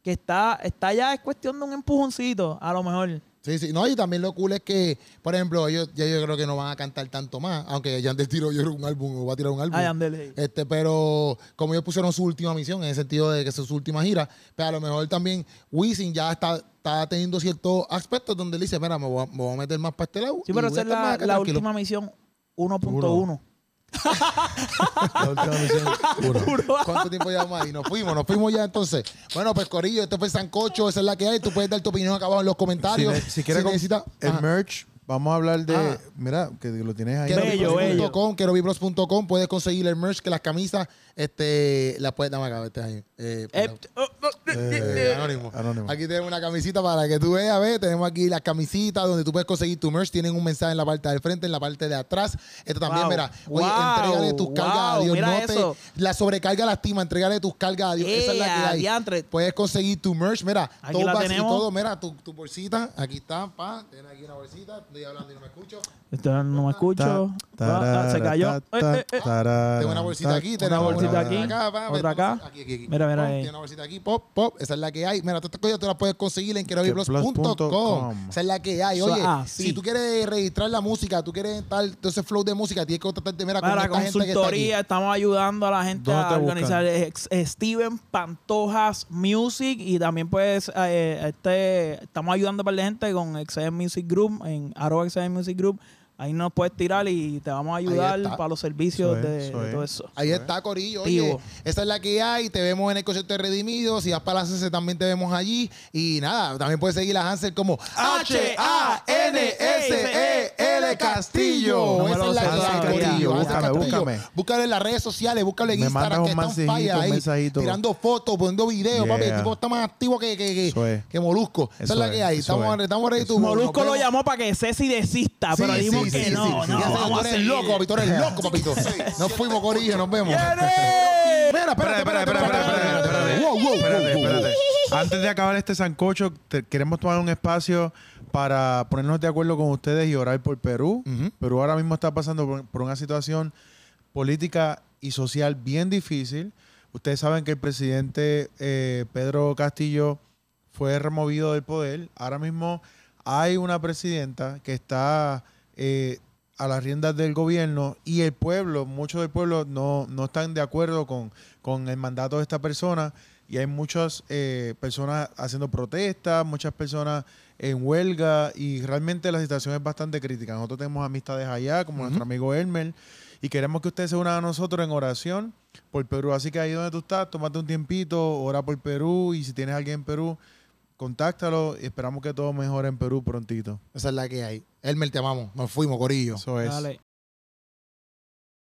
Speaker 3: que está, está ya es cuestión de un empujoncito, a lo mejor.
Speaker 1: Sí, sí. No, y también lo cool es que, por ejemplo, ellos ya yo creo que no van a cantar tanto más, aunque Yandel tiró yo creo un álbum o va a tirar un álbum.
Speaker 3: Ay, Andel, hey.
Speaker 1: Este, pero como ellos pusieron su última misión, en el sentido de que esa es su última gira, pero a lo mejor también Wisin ya está, está teniendo ciertos aspectos donde él dice, mira, me voy a, me voy a meter más para este lado.
Speaker 3: Sí,
Speaker 1: y
Speaker 3: pero
Speaker 1: voy a
Speaker 3: esa es
Speaker 1: estar más
Speaker 3: la,
Speaker 1: acá
Speaker 3: la
Speaker 1: tranquilo".
Speaker 3: última misión 1.1.
Speaker 2: Uno. La última misión. Juro.
Speaker 1: ¿Cuánto tiempo llevamos ahí? Nos fuimos, nos fuimos ya entonces. Bueno, pues Corillo, esto fue Sancocho, esa es la que hay. Tú puedes dar tu opinión acá abajo en los
Speaker 2: Si,
Speaker 1: comentarios.
Speaker 2: ne- si quieres
Speaker 1: necesitas...
Speaker 2: el
Speaker 1: Ajá.
Speaker 2: merch, Vamos a hablar de.
Speaker 1: Ah.
Speaker 2: Mira, que lo tienes ahí.
Speaker 3: Bello, bello.
Speaker 1: Querobibros.com, querobibros.com, puedes conseguir el merch, que las camisas, este, las puedes, dame acá, este ahí. Eh,
Speaker 3: Eh,
Speaker 1: perdón.
Speaker 3: oh, oh,
Speaker 1: Eh, anónimo.
Speaker 2: Anónimo.
Speaker 1: Aquí tenemos una camisita para que tú veas, ve, tenemos aquí las camisitas donde tú puedes conseguir tu merch, tienen un mensaje en la parte del frente, en la parte de atrás. Esto también,
Speaker 3: Wow.
Speaker 1: mira, oye,
Speaker 3: Wow.
Speaker 1: entrégale tus cargas a
Speaker 3: Wow,
Speaker 1: Dios,
Speaker 3: mira
Speaker 1: no te-
Speaker 3: eso.
Speaker 1: la sobrecarga lastima, entrégale tus cargas a Dios, esa es la que
Speaker 3: ¡Ea,
Speaker 1: hay.
Speaker 3: diantre!
Speaker 1: Puedes conseguir tu merch, mira,
Speaker 3: Aquí
Speaker 1: todo
Speaker 3: la
Speaker 1: así,
Speaker 3: tenemos.
Speaker 1: todo, mira, tu, tu bolsita, aquí está, pa, tienes aquí una bolsita, estoy hablando y no me escucho.
Speaker 3: Esto no me escucho. Ah, ah,
Speaker 2: Tarara,
Speaker 3: se cayó. Eh,
Speaker 2: ta,
Speaker 3: eh,
Speaker 2: ta,
Speaker 3: eh.
Speaker 2: tarara,
Speaker 1: Tengo una bolsita
Speaker 2: ta.
Speaker 1: aquí, tenemos
Speaker 3: bolsita
Speaker 1: una
Speaker 3: aquí,
Speaker 1: pa,
Speaker 3: otra
Speaker 1: entonces,
Speaker 3: acá. Mira, mira
Speaker 1: Pop,
Speaker 3: ahí.
Speaker 1: Tiene una bolsita aquí, pop, pop. Esa es la que hay. Mira, todas estas cosas tú las puedes conseguir en querobiblos.com.
Speaker 2: Querobiblos.com.
Speaker 1: Esa es la que hay.
Speaker 3: Eso
Speaker 1: Oye,
Speaker 3: es así.
Speaker 1: si tú quieres registrar la música, tú quieres estar, entonces flow de música, tienes que contratarte, mira, con
Speaker 3: Para
Speaker 1: esta
Speaker 3: la
Speaker 1: gente que está aquí.
Speaker 3: consultoría estamos ayudando a la gente
Speaker 2: ¿Dónde
Speaker 3: a
Speaker 2: te
Speaker 3: organizar Ex- Steven Pantojas Music y también pues eh, este estamos ayudando para la gente con XM Music Group en arroba XM Music Group ahí nos puedes tirar y te vamos a ayudar
Speaker 1: está.
Speaker 3: para los servicios
Speaker 2: Eso es,
Speaker 3: de,
Speaker 2: eso
Speaker 3: de
Speaker 2: es.
Speaker 3: todo eso
Speaker 1: Ahí está, Corillo. Oye,
Speaker 3: Activo.
Speaker 1: esa es la que hay. Te vemos en el concierto de Redimidos. Si vas para la CC, también te vemos allí. Y nada, también puedes seguir a Hansel como E
Speaker 2: H-A-N-S-E-L Castillo.
Speaker 1: Castillo.
Speaker 2: No me
Speaker 1: Esa
Speaker 2: lo
Speaker 1: es la
Speaker 2: sé,
Speaker 1: clave,
Speaker 2: Castillo.
Speaker 1: Corillo. Hansel
Speaker 2: Búscame,
Speaker 1: Castillo.
Speaker 2: búscame.
Speaker 1: Búscalo en las redes sociales, búscalo en
Speaker 2: Me
Speaker 1: Instagram, que
Speaker 2: mandas un
Speaker 1: está un
Speaker 2: mensajito,
Speaker 1: falla
Speaker 2: un
Speaker 1: ahí,
Speaker 2: mensajito.
Speaker 1: tirando fotos, poniendo videos,
Speaker 2: Yeah.
Speaker 1: papi. El tipo está más activo que, que, que,
Speaker 2: Eso es.
Speaker 1: que Molusco. Esa
Speaker 2: Eso
Speaker 1: es la que
Speaker 2: es,
Speaker 1: hay.
Speaker 2: eso
Speaker 1: Estamos,
Speaker 2: es.
Speaker 1: estamos ready to
Speaker 3: Molusco
Speaker 1: Nos
Speaker 3: lo
Speaker 1: vemos.
Speaker 3: llamó para que Ceci desista pero
Speaker 1: Sí,
Speaker 3: dijimos
Speaker 1: sí,
Speaker 3: que
Speaker 1: sí,
Speaker 3: no
Speaker 1: sí, sí.
Speaker 3: no
Speaker 1: Ya sé,
Speaker 3: vamos
Speaker 1: tú
Speaker 3: a
Speaker 1: eres
Speaker 3: seguir.
Speaker 1: loco, papito, eres loco, papito. Nos fuimos, Corillo, nos vemos. Mira, espérate, espérate, espérate, espérate, espérate. Wow, wow,
Speaker 2: Espérate,
Speaker 1: wow, wow.
Speaker 2: espérate. Antes de acabar este sancocho, te- queremos tomar un espacio para ponernos de acuerdo con ustedes y orar por Perú. Perú ahora mismo está pasando por, por una situación política y social bien difícil. Ustedes saben que el presidente eh, Pedro Castillo fue removido del poder. Ahora mismo hay una presidenta que está eh, a las riendas del gobierno y el pueblo, muchos del pueblo no, no están de acuerdo con, con el mandato de esta persona y hay muchas eh, personas haciendo protestas, muchas personas en huelga y realmente la situación es bastante crítica. Nosotros tenemos amistades allá, como nuestro amigo Elmer, y queremos que ustedes se unan a nosotros en oración por Perú. Así que ahí donde tú estás, tómate un tiempito, ora por Perú y si tienes a alguien en Perú, contáctalo y esperamos que todo mejore en Perú prontito.
Speaker 1: Esa es la que hay. Elmer, te amamos. Nos fuimos, Corillo.
Speaker 2: Eso es.
Speaker 3: Dale.